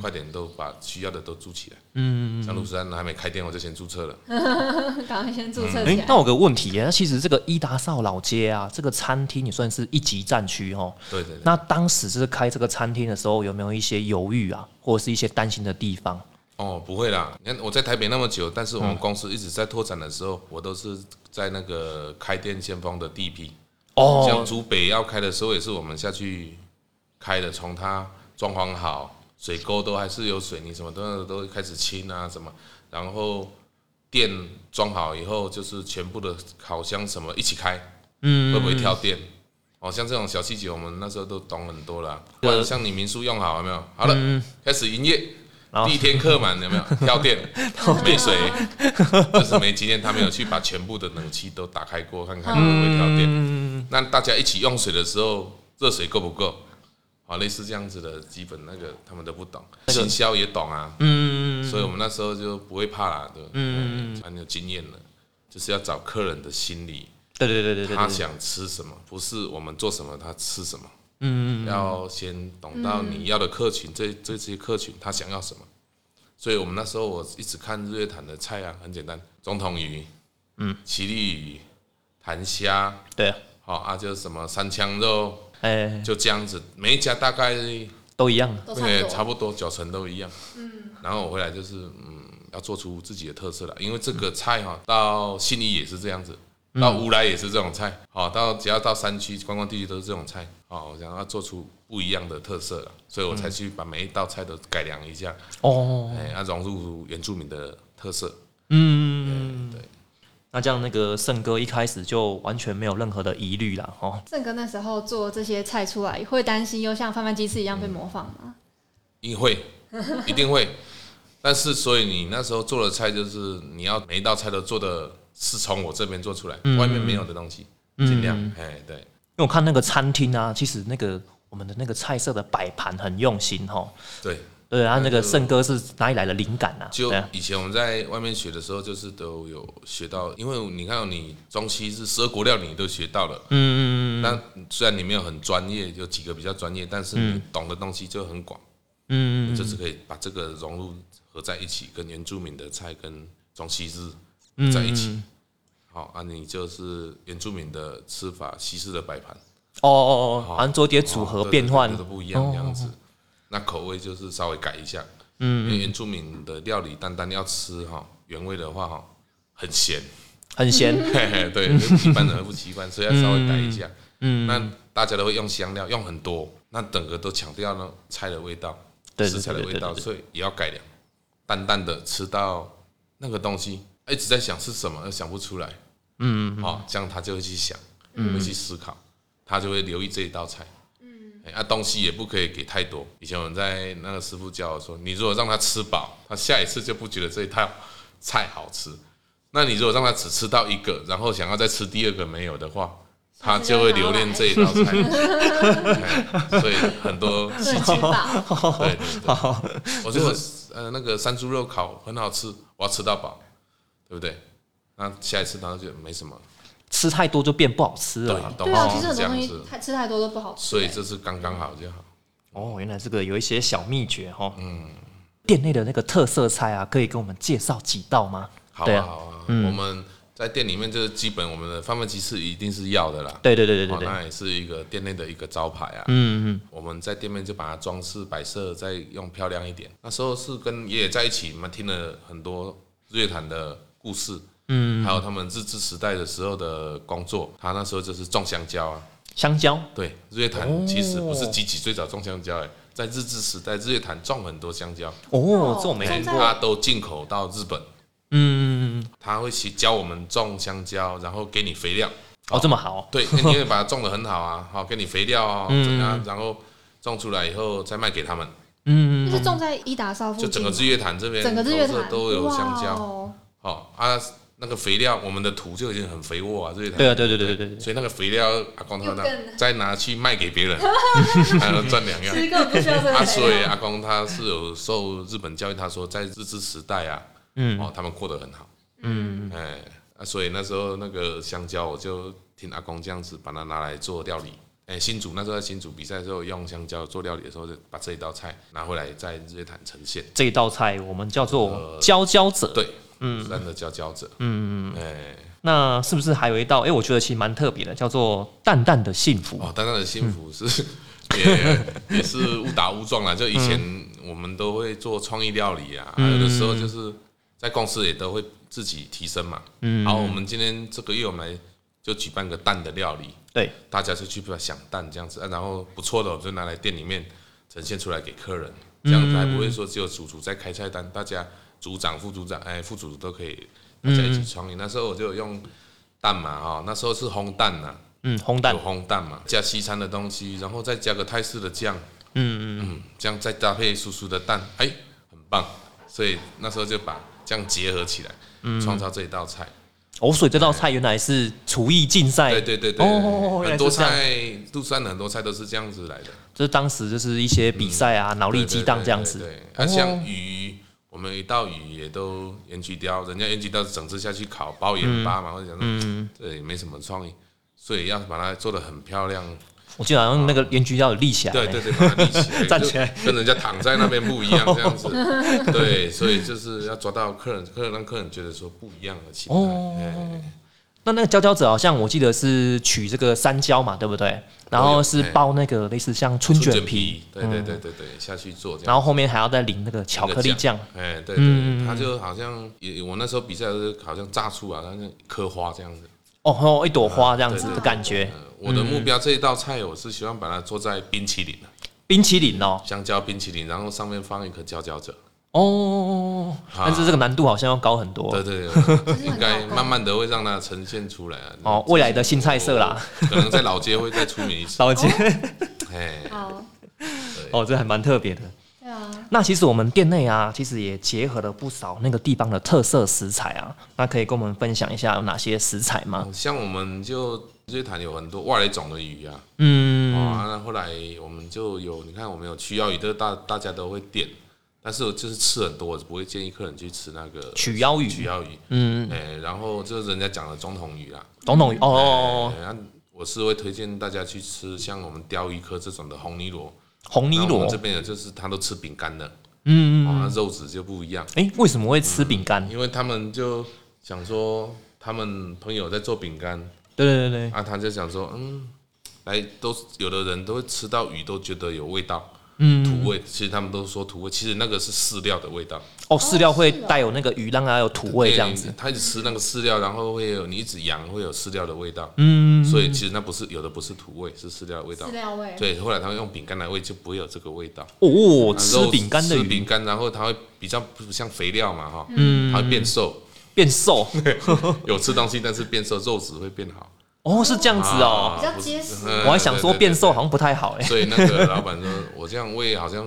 S3: 快点都把需要的都注起来。嗯，像陆山还没开店，我就先注册了。
S2: 赶快先注 册
S1: 哎、
S2: 起来
S1: 那。我有个问题耶，那其实这个伊达少老街啊，这个餐厅也算是一级战区哦。
S3: 对对对，
S1: 那当时就是开这个餐厅的时候，有没有一些犹豫啊，或者是一些担心的地方？
S3: 哦，不会啦。你看我在台北那么久，但是我们公司一直在拓展的时候，我都是在那个开店先锋的第一批。像
S1: 哦，
S3: 竹北要开的时候，也是我们下去开的，从它装潢好，水沟都还是有水泥，什么都都开始清啊什么，然后店装好以后，就是全部的烤箱什么一起开，嗯，会不会跳电？哦，像这种小细节，我们那时候都懂很多啦。
S1: 对
S3: 不然像你民宿用好了没有？好了，开始营业
S1: 然。后
S3: 第一天客满有没有？跳电，没水，就是没经验，他没有去把全部的冷气都打开过，看看会不会跳电。那大家一起用水的时候，热水够不够？啊，类似这样子的基本那个他们都不懂，行销也懂啊，嗯，所以我们那时哎候就不会怕啦，对，嗯，很有经验了，就是要找客人的心理，
S1: 对对对对对
S3: 他
S1: 对，
S3: 想吃什么，不是我们做什么他吃什么。嗯，要先懂到你要的客群，这这些客群他想要什么。所以我们那时候我一直看日月潭的菜啊，很简单，总统鱼，嗯，奇力鱼，弹虾，
S1: 对啊，
S3: 好、啊，就是什么三枪肉，
S1: 哎，
S3: 就这样子，每一家大概
S1: 都一样，
S2: 都差
S3: 对，
S2: 不
S3: 差
S2: 多。
S3: 不多九成都一样。嗯，然后我回来就是嗯，要做出自己的特色了，因为这个菜哈、到信义也是这样子，到乌来也是这种菜，好、到只要到山区观光地区都是这种菜，哦，我想要做出不一样的特色了，所以我才去把每一道菜都改良一下，
S1: 哦，
S3: 哎、要融入原住民的特色。
S1: 嗯，
S3: 对。
S1: 那这样，那个胜哥一开始就完全没有任何的疑虑啦，哦，
S2: 正哥那时候做这些菜出来，会担心又像贩卖鸡翅一样被模仿吗？
S3: 一 定会，一定会。但是，所以你那时候做的菜，就是你要每一道菜都做的是从我这边做出来，外面没有的东西，尽量哎，对，
S1: 因为我看那个餐厅啊，其实那个我们的那个菜色的摆盘很用心哦。
S3: 对。
S1: 对啊，那个胜哥是哪里来的灵感啊？
S3: 就
S1: 对啊，
S3: 以前我们在外面学的时候，就是都有学到，因为你看哦你中西是十二国料理你都学到了，嗯嗯嗯。那虽然你没有很专业，有几个比较专业，但是你懂的东西就很广，嗯，就是可以把这个融入合在一起，跟原住民的菜跟中西日在一起。好啊，你就是原住民的吃法，西式的摆盘，
S1: 哦哦哦，好像做一些组合变换
S3: 哦对对对都不一样这样子。那口味就是稍微改一下，嗯，因为原住民的料理单单要吃哈原味的话哈很咸，
S1: 很咸，
S3: 嘿嘿，对，一般人不习惯，所以要稍微改一下。嗯，那大家都会用香料，用很多，那整个都强调了菜的味道，
S1: 对对
S3: 食材的味道，
S1: 对对对对
S3: 所以也要改良。淡淡的吃到那个东西，一直在想是什么，又想不出来。嗯，好，这样他就会去想，
S1: 嗯
S3: 会去思考，他就会留意这一道菜。
S2: 嗯
S3: 哎，啊，东西也不可以给太多。以前我们在那个师傅教我说，你如果让他吃饱，他下一次就不觉得这一套菜好吃。那你如果让他只吃到一个，然后想要再吃第二个没有的话，他
S2: 下次就
S3: 就
S2: 会
S3: 会留恋这一道菜。 哎所以很多细
S2: 吃 饱，
S3: 对对对，我觉得呃那个山猪肉烤很好吃，我要吃到饱，对不对？那下一次他就觉得没什么，
S1: 吃太多就变不好吃
S3: 对
S1: 了啊。，
S3: 东
S2: 对啊，
S3: 西
S2: 其实
S3: 是
S2: 很
S3: 这
S2: 多东
S3: 样
S2: 西
S3: 子，
S2: 太吃太多都不好吃。
S3: 所以这是刚刚好就好。
S1: 哦，原来这个有一些小秘诀哈。嗯，店内的那个特色菜啊，可以给我们介绍几道吗？
S3: 好
S1: 对
S3: 啊，
S1: 啊
S3: 好啊，我们在店里面就是基本我们的贩卖鸡翅一定是要的啦。
S1: 对对对对
S3: 哦，
S1: 对对，
S3: 那也是一个店内的一个招牌啊。嗯嗯，我们在店面就把它装饰摆设，再用漂亮一点。那时候是跟爷爷在一起，我们听了很多日月潭的故事，嗯，还有他们日治时代的时候的工作。他那时候就是种香蕉啊，
S1: 香蕉
S3: 对，日月潭其实不是几几最早种香蕉、欸，在日治时代，日月潭种很多香蕉，
S1: 哦，这我没
S2: 种
S1: 听
S2: 在
S1: 过。
S3: 他都进口到日本。
S1: 嗯，
S3: 他会去教我们种香蕉，然后给你肥料，
S1: 哦，这么好，
S3: 对，你也把它种得很好啊，好，给你肥料哦，
S2: 嗯
S3: 怎样，然后种出来以后再卖给他们，
S2: 就是种在伊达邵附
S3: 就
S2: 近，
S3: 整个日月潭这边，
S2: 哦整个日月
S3: 都
S2: 潭
S3: 是都有香
S2: 哇
S3: 蕉，
S2: 哦
S3: 好啊，那个肥料，我们的土就已经很肥沃啊，日月潭，
S1: 对啊，对对对对对对，
S3: 所以那个肥料阿公他
S2: 又更
S3: 拿再拿去卖给 别人，还能赚两样。
S2: 其实根本不需要这个
S3: 啊，
S2: 肥
S3: 所以
S2: 料
S3: 阿公他是有受日本教育，他说在日治时代啊，嗯，哦，他们过得很好，嗯，哎，啊，所以那时候那个香蕉，我就听阿公这样子把它拿来做料理。哎，新竹那时候在新竹比赛的时候，用香蕉做料理的时候，就把这一道菜拿回来在日月潭呈现。
S1: 这一道菜我们叫
S3: 呃
S1: 做佼佼者。
S3: 对，嗯，三的佼佼者，嗯，哎，
S1: 那是不是还有一道？哎、我觉得其实蛮特别的，叫做“淡淡的幸福
S3: 哦，丹丹的幸福是 也也是误打误撞啦。就以前我们都会做创意料理啊，有的时候就是在公司也都会自己提升嘛。嗯，然后我们今天这个月我们来就举办个蛋的料理，”。
S1: 对，
S3: 大家就去想蛋这样子，啊然后不错的我就拿来店里面呈现出来给客人，这样子还不会说只有主厨在开菜单，大家组长、副组长、哎副主厨都可以大家一起创意。那时候我就有用蛋嘛，哦，那时候是烘蛋呐、
S1: 嗯，烘蛋
S3: 有，烘蛋嘛，加西餐的东西，然后再加个泰式的酱，嗯嗯嗯，这样再搭配酥酥的蛋，哎，很棒。所以那时候就把这样结合起来，
S1: 嗯
S3: 创造这一道菜。
S1: 哦，所以这道菜原来是厨艺竞赛，
S3: 对对对对，
S1: 哎哦原来
S3: 很多
S1: 是这样
S3: 菜，杜山的很多菜都是这样子来的，
S1: 就是当时就是一些比赛啊，脑力激荡这样
S3: 嗯对
S1: 子，
S3: 对对对啊，像鱼，我们一道鱼也都盐焗雕，人家盐焗雕整只下去烤包盐巴
S1: 嗯
S3: 嘛，或者讲说这也没什么创意，所以要把它做的很漂亮。
S1: 我记得好像那个盐焗要立起来，
S3: 啊对对对，把它立 起来，
S1: 站起来
S3: 就跟人家躺在那边不一样 这样子。对，所以就是要抓到客人，客人让客人觉得说不一样的情态。
S1: 哦
S3: 哎
S1: 那那个佼佼者好像我记得是取这个山椒嘛，对不
S3: 哎
S1: 对？然后是包那个类似像春卷皮，，嗯
S3: 对对对对对，下去做这样。
S1: 然后后面还要再淋那个巧克力酱。，嗯
S3: 哎，对对，它就好像也我那时候比赛的时候好像炸出啊，它像一颗花这样子。
S1: 哦，还有一朵花这样子的感觉
S3: 呃，我
S1: 嗯
S3: 的目标这一道菜，我是希望把它做在冰淇淋的
S1: 冰淇淋哦，
S3: 香蕉冰淇淋，然后上面放一颗佼佼者。
S1: 哦，但是这个难度好像要高很多
S3: 对。对，对
S2: 是
S3: 应
S2: 很
S3: 该
S2: 高光
S3: 慢慢的会让它呈现出来啊。哦
S1: 哦未来的新菜色啦，
S3: 可能在老街会再出名 一次。
S1: 老姐，
S3: 哎，
S2: 好，
S1: 哦，这还蛮特别的。
S2: 对啊，
S1: 那其实我们店内啊，其实也结合了不少那个地方的特色食材啊，那可以跟我们分享一下有哪些食材吗？
S3: 像我们就日月潭有很多外来种的鱼啊，
S1: 嗯，
S3: 哦啊，那后来我们就有，你看我们有曲腰鱼，这大大家都会点，但是我就是吃很多，我不会建议客人去吃那个
S1: 曲腰鱼
S3: 曲腰鱼，
S1: 嗯，
S3: 哎、然后就是人家讲的总统鱼啦，啊
S1: 懂懂哦哦，哦
S3: 哎那我是会推荐大家去吃像我们鲷鱼科这种的红泥螺，
S1: 红泥
S3: 那我
S1: 螺
S3: 们这，边有就是他都吃饼干的，
S1: 嗯，
S3: 哦，那肉质就不一样，
S1: 哎、为什么会吃饼干？
S3: 因为他们就想说他们朋友在做饼干，
S1: 对对对对，
S3: 啊，他就想说，嗯，来，都有的人都会吃到鱼，都觉得有味道，
S1: 嗯，
S3: 土味。其实他们都说土味，其实那个是饲料的味道。
S1: 哦，饲料会
S2: 是哦
S1: 带有那个鱼，让它有土味这样子
S3: 对。他一直吃那个饲料，然后会有你一直养，会有饲料的味道。
S1: 嗯，
S3: 所以其实那不是有的不是土味，是饲料的味道
S2: 饲。料味，
S3: 对，后来他们用饼干来喂，就不会有这个味道。
S1: 哦，
S3: 啊
S1: 吃
S3: 肉
S1: 饼干的
S3: 吃饼
S1: 鱼
S3: 干，然后它会比较不像肥料嘛，哈，嗯，它会变瘦，
S1: 变瘦，
S3: 有吃东西，但是变瘦，肉质会变好。
S1: 哦，是这样子哦。
S2: 比较
S3: 不是
S2: 结实
S3: 嗯
S1: 我还想说
S3: 对对对
S1: 变
S3: 对
S1: 瘦好像不 太好哎、
S3: 所以那个老板说，我这样喂好像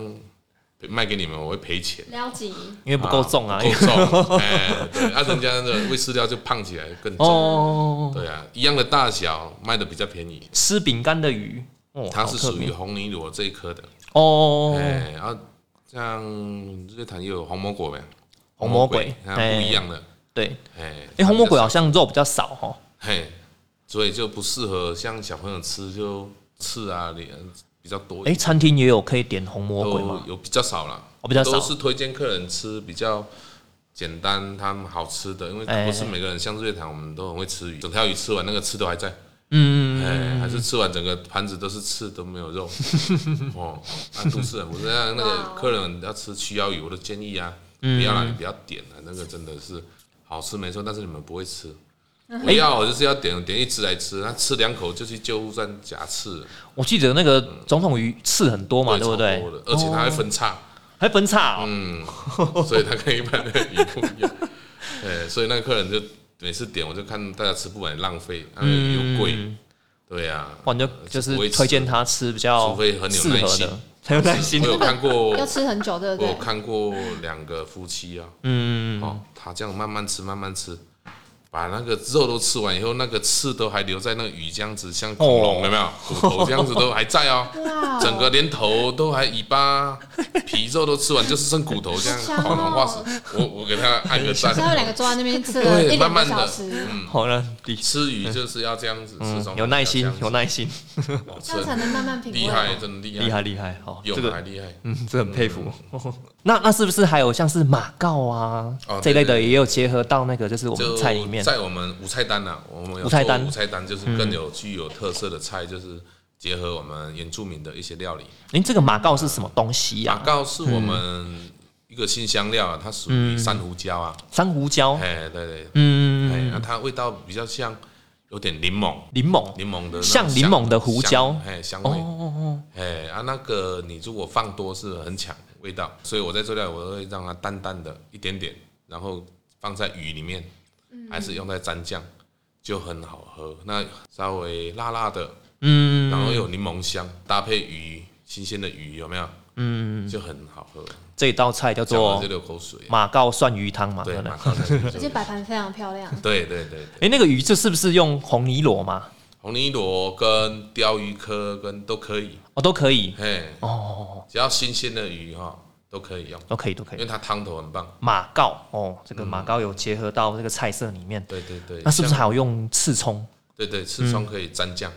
S3: 卖给你们，我会赔钱，
S2: 撩紧，
S1: 因为不够重啊。
S3: 不够重， 哎，对，啊，人家的喂饲料就胖起来更 重，
S1: 哦，
S3: 对啊，一样的大小卖的比较便宜，
S1: 吃饼干的鱼，哦，
S3: 它是
S1: 好特
S3: 属于
S1: 别
S3: 红泥螺这一科的，
S1: 哦，
S3: 哎，然后像日月潭也有红魔果呗，
S1: 红魔鬼
S3: 啊
S1: 哎
S3: 不一样的，
S1: 对，
S3: 哎，
S1: 哎，红魔鬼好
S3: 它
S1: 像肉比较少哦。
S3: 比较少，嘿，所以就不适合像小朋友吃就刺啊，脸比较多，
S1: 哎，餐厅也有可以点红魔鬼
S3: 都
S1: 吗？
S3: 有比较少了。
S1: 哦，比较
S3: 都
S1: 少。
S3: 是推荐客人吃比较简单、他们好吃的，因为
S1: 哎
S3: 不是每个人像日月潭，我们都很会吃鱼，整条鱼吃完那个刺都还在，
S1: 嗯，
S3: 哎，还是吃完整个盘子都是刺都没有 肉，哦，啊，都是，我是让那
S2: 哇
S3: 个客人要吃曲腰鱼，我都建议啊，
S1: 嗯
S3: 不要啦，你不要点了，那个真的是好吃没错，但是你们不会吃。
S1: 嗯
S3: 不要，我就是要点点一只来吃，他吃两口就去救护站夹刺了，
S1: 我记得那个总统鱼刺很多嘛，对不对哦
S3: 超多的？而且它还分叉，
S1: 还分叉哦。
S3: 嗯，所以他跟一般的鱼不一样。 哎，所以那个客人就每次点，我就看大家吃不完浪费，啊又贵，对啊呃呀、
S1: 不嗯然就就是推荐他吃比较
S3: 除非很有
S1: 适
S3: 耐
S1: 合
S3: 心
S1: 的， 很有耐心
S3: 我。有看过，
S2: 要吃很久，对不
S3: 我有
S2: 对？
S3: 看过两个夫妻啊，
S1: 嗯，
S3: 哦，他这样慢慢吃，慢慢吃，把那个肉都吃完以后，那个刺都还留在那个鱼这样子，像恐
S1: 哦
S3: 龙有没有？骨头这样子都还 在哦，
S2: 哇
S3: 整个连头都还尾巴、皮肉都吃完，就是剩骨头这 样
S2: 好香哦
S3: 恐龙化石。我我给他按个赞。
S2: 下午两个坐在那边吃了
S3: 对，
S2: 一
S3: 慢
S2: 两个
S3: 慢
S2: 小
S3: 的，
S2: 时，
S3: 嗯，
S1: 好了，第
S3: 吃鱼就是要这样子，吃中
S1: 哦嗯有耐心，有
S3: 耐
S1: 耐心，
S2: 嗯这样才能慢慢品
S3: 厉
S2: 味。
S3: 害，真的厉害，
S1: 厉害厉害，好，这
S3: 有
S1: 个
S3: 还厉害。
S1: 嗯， 这很佩服。 那那是不是还有像是马告啊
S3: 哦
S1: 这一类的
S3: 对
S1: 也有结合到那个就是我
S3: 就
S1: 们菜里面？
S3: 在我们无菜单呐、啊我们有
S1: 无菜单嗯
S3: 做无菜单就是更有具有特色的菜，就是结合我们原住民的一些料理。
S1: 您这个马告是什么东西啊
S3: 马
S1: 呀？
S3: 告是我
S1: 嗯
S3: 们一个新香料啊，它属于珊瑚椒啊，
S1: 珊瑚礁，
S3: 哎，对对，哎，
S1: 嗯哦嗯，
S3: 那它味道比较像有点柠檬，
S1: 柠檬，
S3: 柠檬的那种
S1: 像
S3: 香
S1: 柠檬的胡椒哦
S3: 香哎，香味，哎啊，那个你如果放多是很强味道，所以我在做料理我都会让它淡淡的一点点，然后放在鱼里面，还是用在蘸酱，就很好喝。那稍微辣辣的，
S1: 嗯，
S3: 然后有柠檬香，搭配鱼，新鲜的鱼有没有？嗯，就很好喝，
S1: 这道菜叫
S3: 讲完
S1: 做
S3: 就流口水。
S1: 马告蒜鱼汤嘛？
S3: 对，
S1: 不
S3: 马上来
S2: 而
S3: 就
S2: 且摆盘非常漂亮，
S3: 对对对，
S1: 哎，那个鱼这是不是用红泥螺嘛？
S3: 红泥螺跟鲷鱼科跟都可以，
S1: 哦，都可以。
S3: 嘿，
S1: 哦，
S3: 只要新鲜的鱼哈，都可以用，
S1: 都可以，都可
S3: 因为
S1: 以。
S3: 它汤头很棒。
S1: 马告哦，这个马告有结合到这个菜色里面，
S3: 对对对，
S1: 那是不是
S3: 像
S1: 还有用刺葱？
S3: 对对，吃葱可以蘸酱。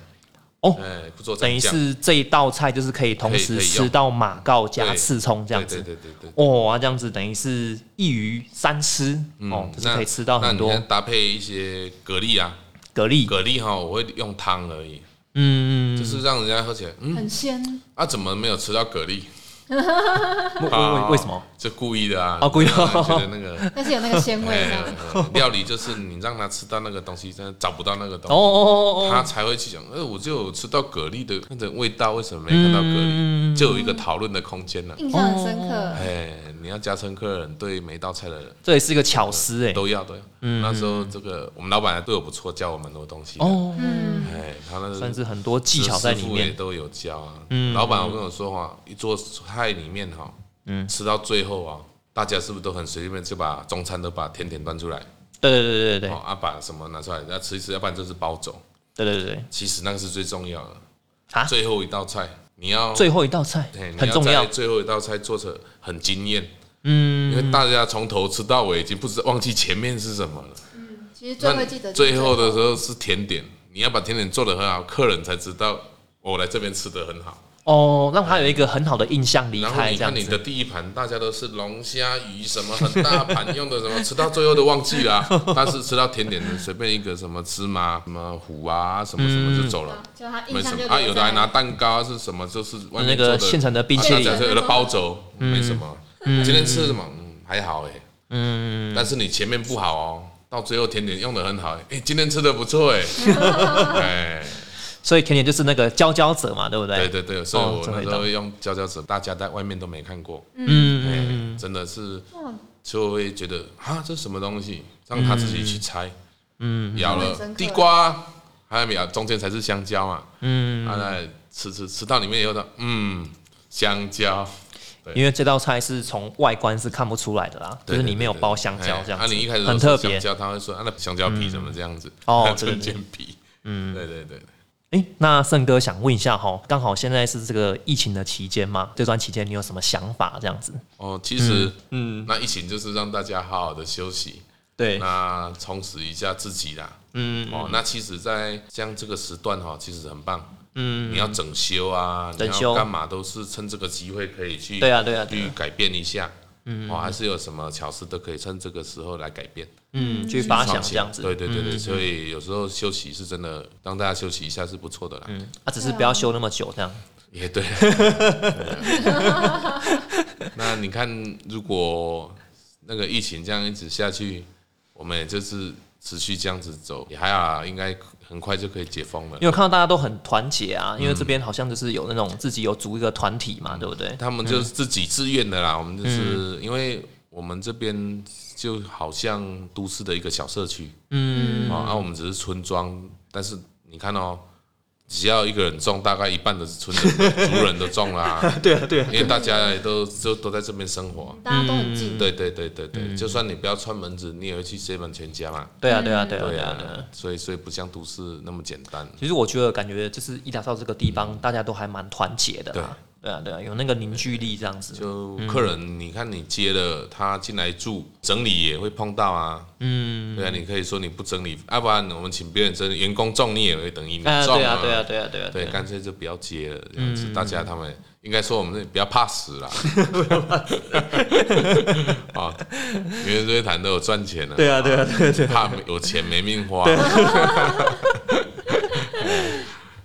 S1: 哦
S3: 哎，做蘸
S1: 等于
S3: 酱，
S1: 是这一道菜就是可以同
S3: 可以
S1: 时
S3: 可以
S1: 吃
S3: 用
S1: 到马告加
S3: 对
S1: 刺葱这样
S3: 对
S1: 子。
S3: 对对对对。
S1: 哦，啊这样子等于是一鱼三吃哦，就是可以吃到
S3: 嗯那
S1: 很
S3: 你
S1: 多
S3: 看搭配一些蛤蜊啊，
S1: 蛤蜊。
S3: 蛤蜊哈，我会用汤而已，
S1: 嗯，
S3: 就是让人家喝起来，嗯
S2: 很鲜，
S3: 啊，怎么没有吃到蛤蜊？啊
S1: 为为为为什么？
S3: 就故意的啊！
S1: 哦故意的
S3: 觉得那 个
S2: 但是有那个鲜味这
S3: 哎
S2: 样。
S3: 料理就是你让他吃到那个东西，真的找不到那个
S1: 哦
S3: 东西，
S1: 哦哦
S3: 他才会去想，呃，我就有吃到蛤蜊的那种味道，为什么没看
S1: 嗯
S3: 到蛤蜊？就有一个讨论的空间了。
S2: 印象很深刻，
S3: 哎，你要加深客人对每一道菜的人
S1: 哦，这也是一个巧思哎。
S3: 都要都要。那时候这个我们老板对我不错，教我蛮多东西的。
S1: 哦，
S2: 嗯
S3: 哎，他那
S1: 算是很多技巧在里
S3: 师傅也
S1: 面。嗯
S3: 都有教啊。老板，我跟我说哈，一桌菜里面哈，
S1: 嗯
S3: 吃到最后啊，大家是不是都很随便就把中餐都把甜点端出来，
S1: 对对对对对
S3: 哦，啊把什么拿出来，要吃一吃，要不然就是包走。
S1: 对对对对
S3: 其实那个是最重要的，
S1: 啊！
S3: 最后一道菜你要
S1: 最后一道菜
S3: 嘿你
S1: 很重要
S3: 在，最后一道菜做成很惊艳。嗯，因为大家从头吃到尾，已经不知道忘记前面是什么了。
S2: 其实最
S3: 那
S2: 会记得就是
S3: 最后的时候是甜点，你要把甜点做得很好，客人才知道哦我来这边吃得很好。
S1: 哦，让他有一个很好的印象离
S3: 然后
S1: 开
S3: 你
S1: 这样
S3: 看你的
S1: 子。
S3: 第一盘，大家都是龙虾、鱼什么很大盘 用的什么，吃到最后都忘记了啊、但是吃到甜点的，随便一个什么芝麻、什么糊啊，什么什么就走了，
S2: 就他
S3: 没
S2: 印
S3: 什
S2: 象就
S3: 么
S2: 留
S3: 啊。有的还拿
S2: 在
S3: 蛋糕是什么，就是外面
S1: 那个
S3: 做的
S1: 现成的冰淇淋嗯
S3: 啊大家说有的包走，没什么。今天吃什么？嗯，还好哎。嗯，但是你前面不好哦，到最后甜点用的很好哎。哎，今天吃的不 错哎。哎，
S1: 所以甜点就是那个佼佼者嘛，对不
S3: 对
S1: 对？
S3: 对对，所以
S1: 哦
S3: 我
S1: 这
S3: 那
S1: 味
S3: 时
S1: 道
S3: 候用佼佼者，大家在外面都没看过。
S1: 嗯，
S3: 哎，真的是
S2: 哇，
S3: 就会觉得啊，这什么东西，让他自己去猜。嗯，咬
S2: 很
S3: 了
S2: 深刻
S3: 地瓜，还有没有？中间才是香蕉嘛。嗯，啊，那吃吃吃到里面以后呢，嗯，香蕉，
S1: 因为这道菜是从外观是看不出来的啦，就
S3: 对
S1: 是里面有包香蕉
S3: 哎
S1: 这样
S3: 啊，
S1: 子
S3: 你一开始，
S1: 很
S3: 都
S1: 特
S3: 说
S1: 别
S3: 香。蕉，他会说啊，那香蕉皮怎么这样子？
S1: 哦
S3: 还有
S1: 对对
S3: 中间皮。嗯，对对对，
S1: 诶，那盛哥想问一下哈，刚好现在是这个疫情的期间嘛，这段期间你有什么想法这样子？
S3: 哦，其实，嗯，那疫情就是让大家好好的休息，
S1: 对
S3: 那充实一下自己啦。
S1: 嗯，
S3: 哦，那其实，在像这个时段哈、其实很棒。嗯，你要整修啊，
S1: 整
S3: 你
S1: 修
S3: 要干嘛都是趁这个机会可以去
S1: 对啊对啊对啊
S3: 去改变一下。嗯，哦，还是有什么巧思都可以趁这个时候来改变，
S1: 嗯，去发想
S3: 创新
S1: 这样子。嗯
S3: 对对对对，所以有时候休息是真的，让大家休息一下是不错的啦。
S1: 啊，只是不要修那么久这样。
S3: 也对。那你看，如果那个疫情这样一直下去，我们也就是持续这样子走，也还好啦，应该很快就可以解封了
S1: 因。为我看到大家都很团结啊，因为这
S3: 嗯
S1: 边好像就是有那种自己有组一个团体嘛，对不对？
S3: 他们就是自己自愿的啦，我们就是因
S1: 嗯
S3: 为我们这边就好像都市的一个小社区，嗯，啊，我们只是村庄，但是你看哦。只要一个人中，大概一半的村人的族人都中啦、
S1: 对啊，对啊
S3: 因为大家也都就都在这边生活。
S2: 大家都
S1: 嗯
S2: 很近，
S3: 对对对对对，就算你不要串门子，你也会去 seven 全家嘛。
S1: 对啊，对啊，对啊，
S3: 对
S1: 对啊，对啊
S3: 啊。，所以所以不像都市那么简单。
S1: 其实我觉得感觉就是一达到这个地方，大家都还蛮团结的啦。对啊，对啊，有那个凝聚力这样子。
S3: 就客人，你看你接了他进来住，整理也会碰到啊。嗯，对啊，你可以说你不整理，啊要不然我们请别人整理，员工中你也会等于你中
S1: 啊，对啊，对嗯啊，对啊，对啊，
S3: 对，
S1: 啊
S3: 干脆就不要接了，这样子，大家他们应该说我们这比较怕 死啦，啊，因为瑞谈都有赚钱了，
S1: 对啊，对啊，对啊，对啊。
S3: 怕有钱没命花，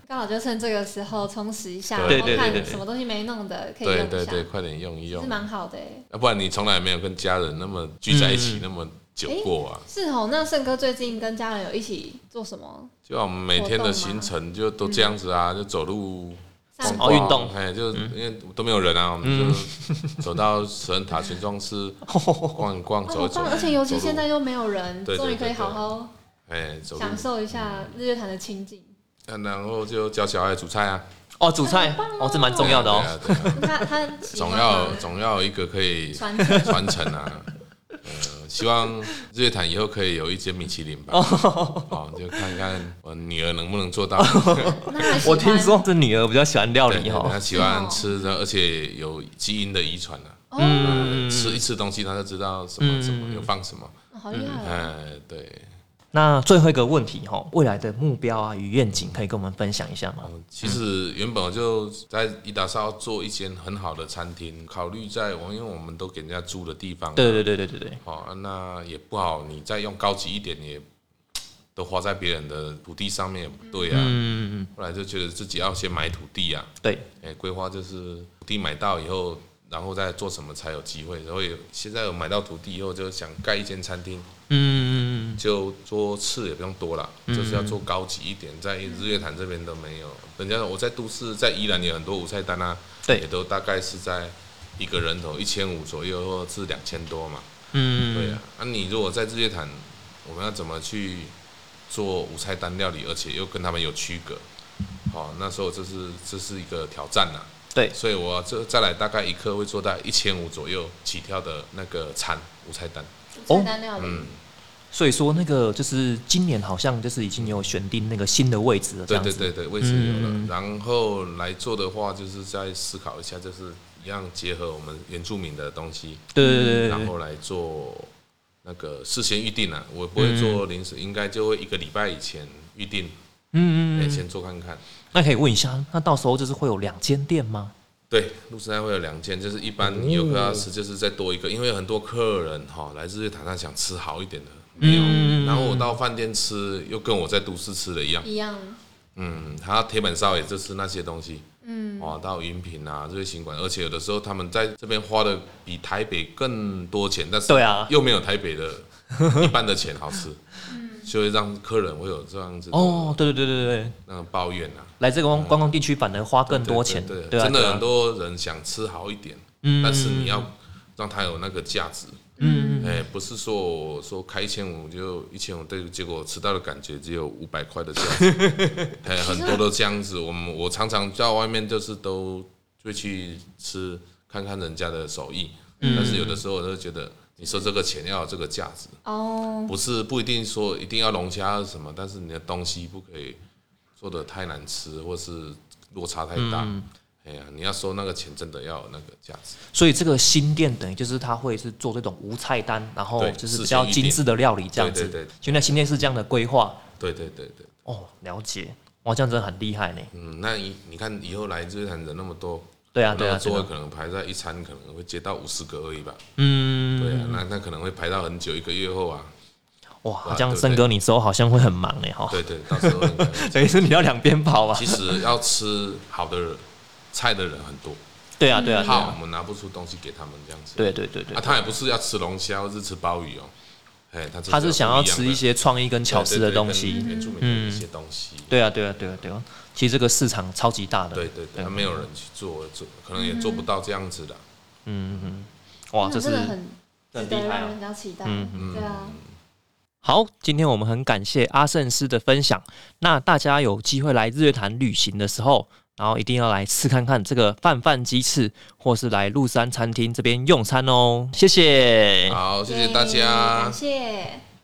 S2: 刚好就趁这个时候充实一下，
S3: 对
S2: 然后
S1: 对对
S2: 看
S1: 对对
S2: 什么东西没弄的可以
S3: 对
S2: 用
S3: 对
S2: 一下
S3: 对，，快点用一用啊
S2: 是，蛮好的欸。
S3: 要不然你从来没有跟家人那么聚在一起
S1: 嗯
S3: 那么久过啊。
S2: 是哦，那盛哥最近跟家人有一起做什么？
S3: 就我们每天的行程就都这样子啊，就走路、
S2: 散
S1: 哦
S2: 步
S1: 运动嗯
S3: 哎，就因为都没有人啊，我们就走到神人塔、玄 奘寺逛一逛、
S2: 哦，
S3: 走
S2: 好
S3: 一走
S2: 棒！。而且尤
S3: 走
S2: 其
S3: 路
S2: 现在，又没有人，
S3: 对对
S2: 终于可以
S3: 对对
S2: 好好
S3: 哎，走路
S2: 享，受一
S3: 嗯
S2: 下日月潭的清静。
S3: 啊然后就教小孩煮菜啊，
S1: 哦，煮菜
S2: 很棒
S1: 哦
S2: 哦，
S1: 这蛮重要的
S3: 对
S1: 哦。
S3: 啊，对啊对啊
S2: 他他喜
S3: 总
S2: 欢
S3: 要
S2: 吗？
S3: 总要有一个可以
S2: 传承
S3: 传承 啊。呃，希望日月潭以后可以有一间米其林 吧，哦，就看看我女儿能不能 做到。
S2: 那他喜欢
S1: 我听说这女儿比较喜欢料
S3: 对
S1: 理哦哈
S3: 对，她。喜欢吃的，而且有基因的遗传啊。
S1: 嗯
S2: 哦，
S3: 吃一吃东西他就知道什么什么又放什么，
S2: 好厉
S1: 嗯
S2: 害哦！
S3: 哎，对。
S1: 那最后一个问题哈，未来的目标啊与愿景，可以跟我们分享一下吗？
S3: 嗯其实原本我就在伊达萨做一间很好的餐厅，考虑在我因为我们都给人家租的地方，啊
S1: 对对对对对对，
S3: 哦，啊那也不好，你再用高级一点也都花在别人的土地上面也不对啊。
S1: 嗯，
S3: 后来就觉得自己要先买土地啊，
S1: 对，
S3: 哎、规划就是土地买到以后，然后再做什么才有机会。然后也现在有买到土地以后，就想盖一间餐厅，
S1: 嗯，
S3: 就做次也不用多了，就是要做高级一点，在日月潭这边都没有。人家我在都市，在宜兰有很多五菜单啊，也
S1: 对，
S3: 都大概是在一个人头一千五左右，或者是两千多嘛。
S1: 嗯，
S3: 对啊，那、你如果在日月潭，我们要怎么去做五菜单料理，而且又跟他们有区隔？哦，那时候这是这是一个挑战呐、啊
S1: 对，
S3: 所以我这再来大概一克会做到一千五左右起跳的那个餐五菜单，
S1: 哦
S2: 菜单料理，
S3: 嗯，
S1: 所以说那个就是今年好像就是已经有选定那个新的位置了，这
S3: 对
S1: 样
S3: 对
S1: 子，
S3: 对对，位置有了。
S1: 嗯
S3: 然后来做的话，就是再思考一下，就是一样结合我们原住民的东西，
S1: 对对对对
S3: 然
S1: 对，
S3: 后来做那个事先预定啊，我不会做临时，应该就会一个礼拜以前预定，
S1: 嗯
S3: 哎，
S1: 嗯，
S3: 先做看看。
S1: 那可以问一下，那到时候就是会有两间店吗？
S3: 对，路之会有两间，就是一般
S1: 哦
S3: 游客要吃，就是再多一个，因为有很多客人哈来日月潭，他想吃好一点的，
S1: 嗯
S3: 没有。然后我到饭店吃，又跟我在都市吃的一样，
S2: 一样，
S3: 嗯，他铁板烧也就吃那些东西，
S2: 嗯，
S3: 哦，到云品啊这些行馆，而且有的时候他们在这边花的比台北更多钱，但是
S1: 对啊
S3: 又没有台 北的一般的钱好吃，就会让客人会有这样子的
S1: 哦，对对对对对，
S3: 那种抱怨啊，
S1: 来这个观光地区反而花更多钱，
S3: 对，
S1: 对啊，
S3: 真的很多人想吃好一点，
S1: 嗯
S3: 但是你要让它有那个价值，嗯，哎，不是说我说开一千五就一千五，对，结果吃到的感觉只有五百块的价 值，哎，很多都这样子。我们我常常在外面就是都会去吃看看人家的手艺，
S1: 嗯
S3: 但是有的时候我就觉得。你说这个钱要有这个价值，
S2: 哦，
S3: 不是不一定说一定要龙虾什么，但是你的东西不可以做的太难吃，或是落差太大。
S1: 嗯
S3: 哎呀，你要收那个钱，真的要有那个价值。
S1: 所以这个新店等于就是它会是做这种无菜单，然后
S3: 对
S1: 就是比较
S3: 事先预定
S1: 精致的料理这样
S3: 对
S1: 子。
S3: 对对
S1: 就那新店是这样的规划
S3: 对对对对，
S1: 哦，了解。哇，这样真的很厉害呢。
S3: 嗯，那你你看以后来日坛人那么多，
S1: 对啊，
S3: 那
S1: 对
S3: 个
S1: 啊，
S3: 座
S1: 对
S3: 位
S1: 啊。
S3: 可能排在一餐可能会接到五十个而已吧。
S1: 嗯，
S3: 对啊，那那可能会排到很久，一个月后啊。
S1: 哇，
S3: 啊
S1: 这样
S3: 对
S1: 森哥你之后好像会很忙呢， 哈。
S3: 对对，到时候应该
S1: 等于是你要两边跑啊吧
S3: 其？实要吃好的菜的人很多，
S1: 对啊，对啊，对
S3: 怕我
S1: 啊，
S3: 们拿不出东西给他们这样子。
S1: 对对对对
S3: 啊，。他也不是要吃龙虾，或是吃鲍鱼哦，哎，他
S1: 他是想要
S3: 不样
S1: 吃
S3: 的
S1: 一些创意跟巧思的东
S3: 对对
S1: 西嗯
S3: 对。跟原住民的一些东西。
S1: 对啊，对啊，对啊，对啊。其实这个市场超级大的。
S3: 对对对，没有人去做，做
S1: 嗯
S3: 可能也做不到这样子的。
S1: 哇，这
S2: 那真
S1: 是
S2: 的很值
S1: 很厉
S2: 得
S1: 害啊
S2: 让人。家期待，
S1: 嗯
S2: 对啊，
S1: 好，今天我们很感谢阿胜师的分享。那大家有机会来日月潭旅行的时候，然后一定要来吃看看这个饭饭鸡翅，或是来鹿山餐厅这边用餐哦。谢谢。
S3: 好，谢谢大
S2: 耶
S3: 家
S2: 感。谢。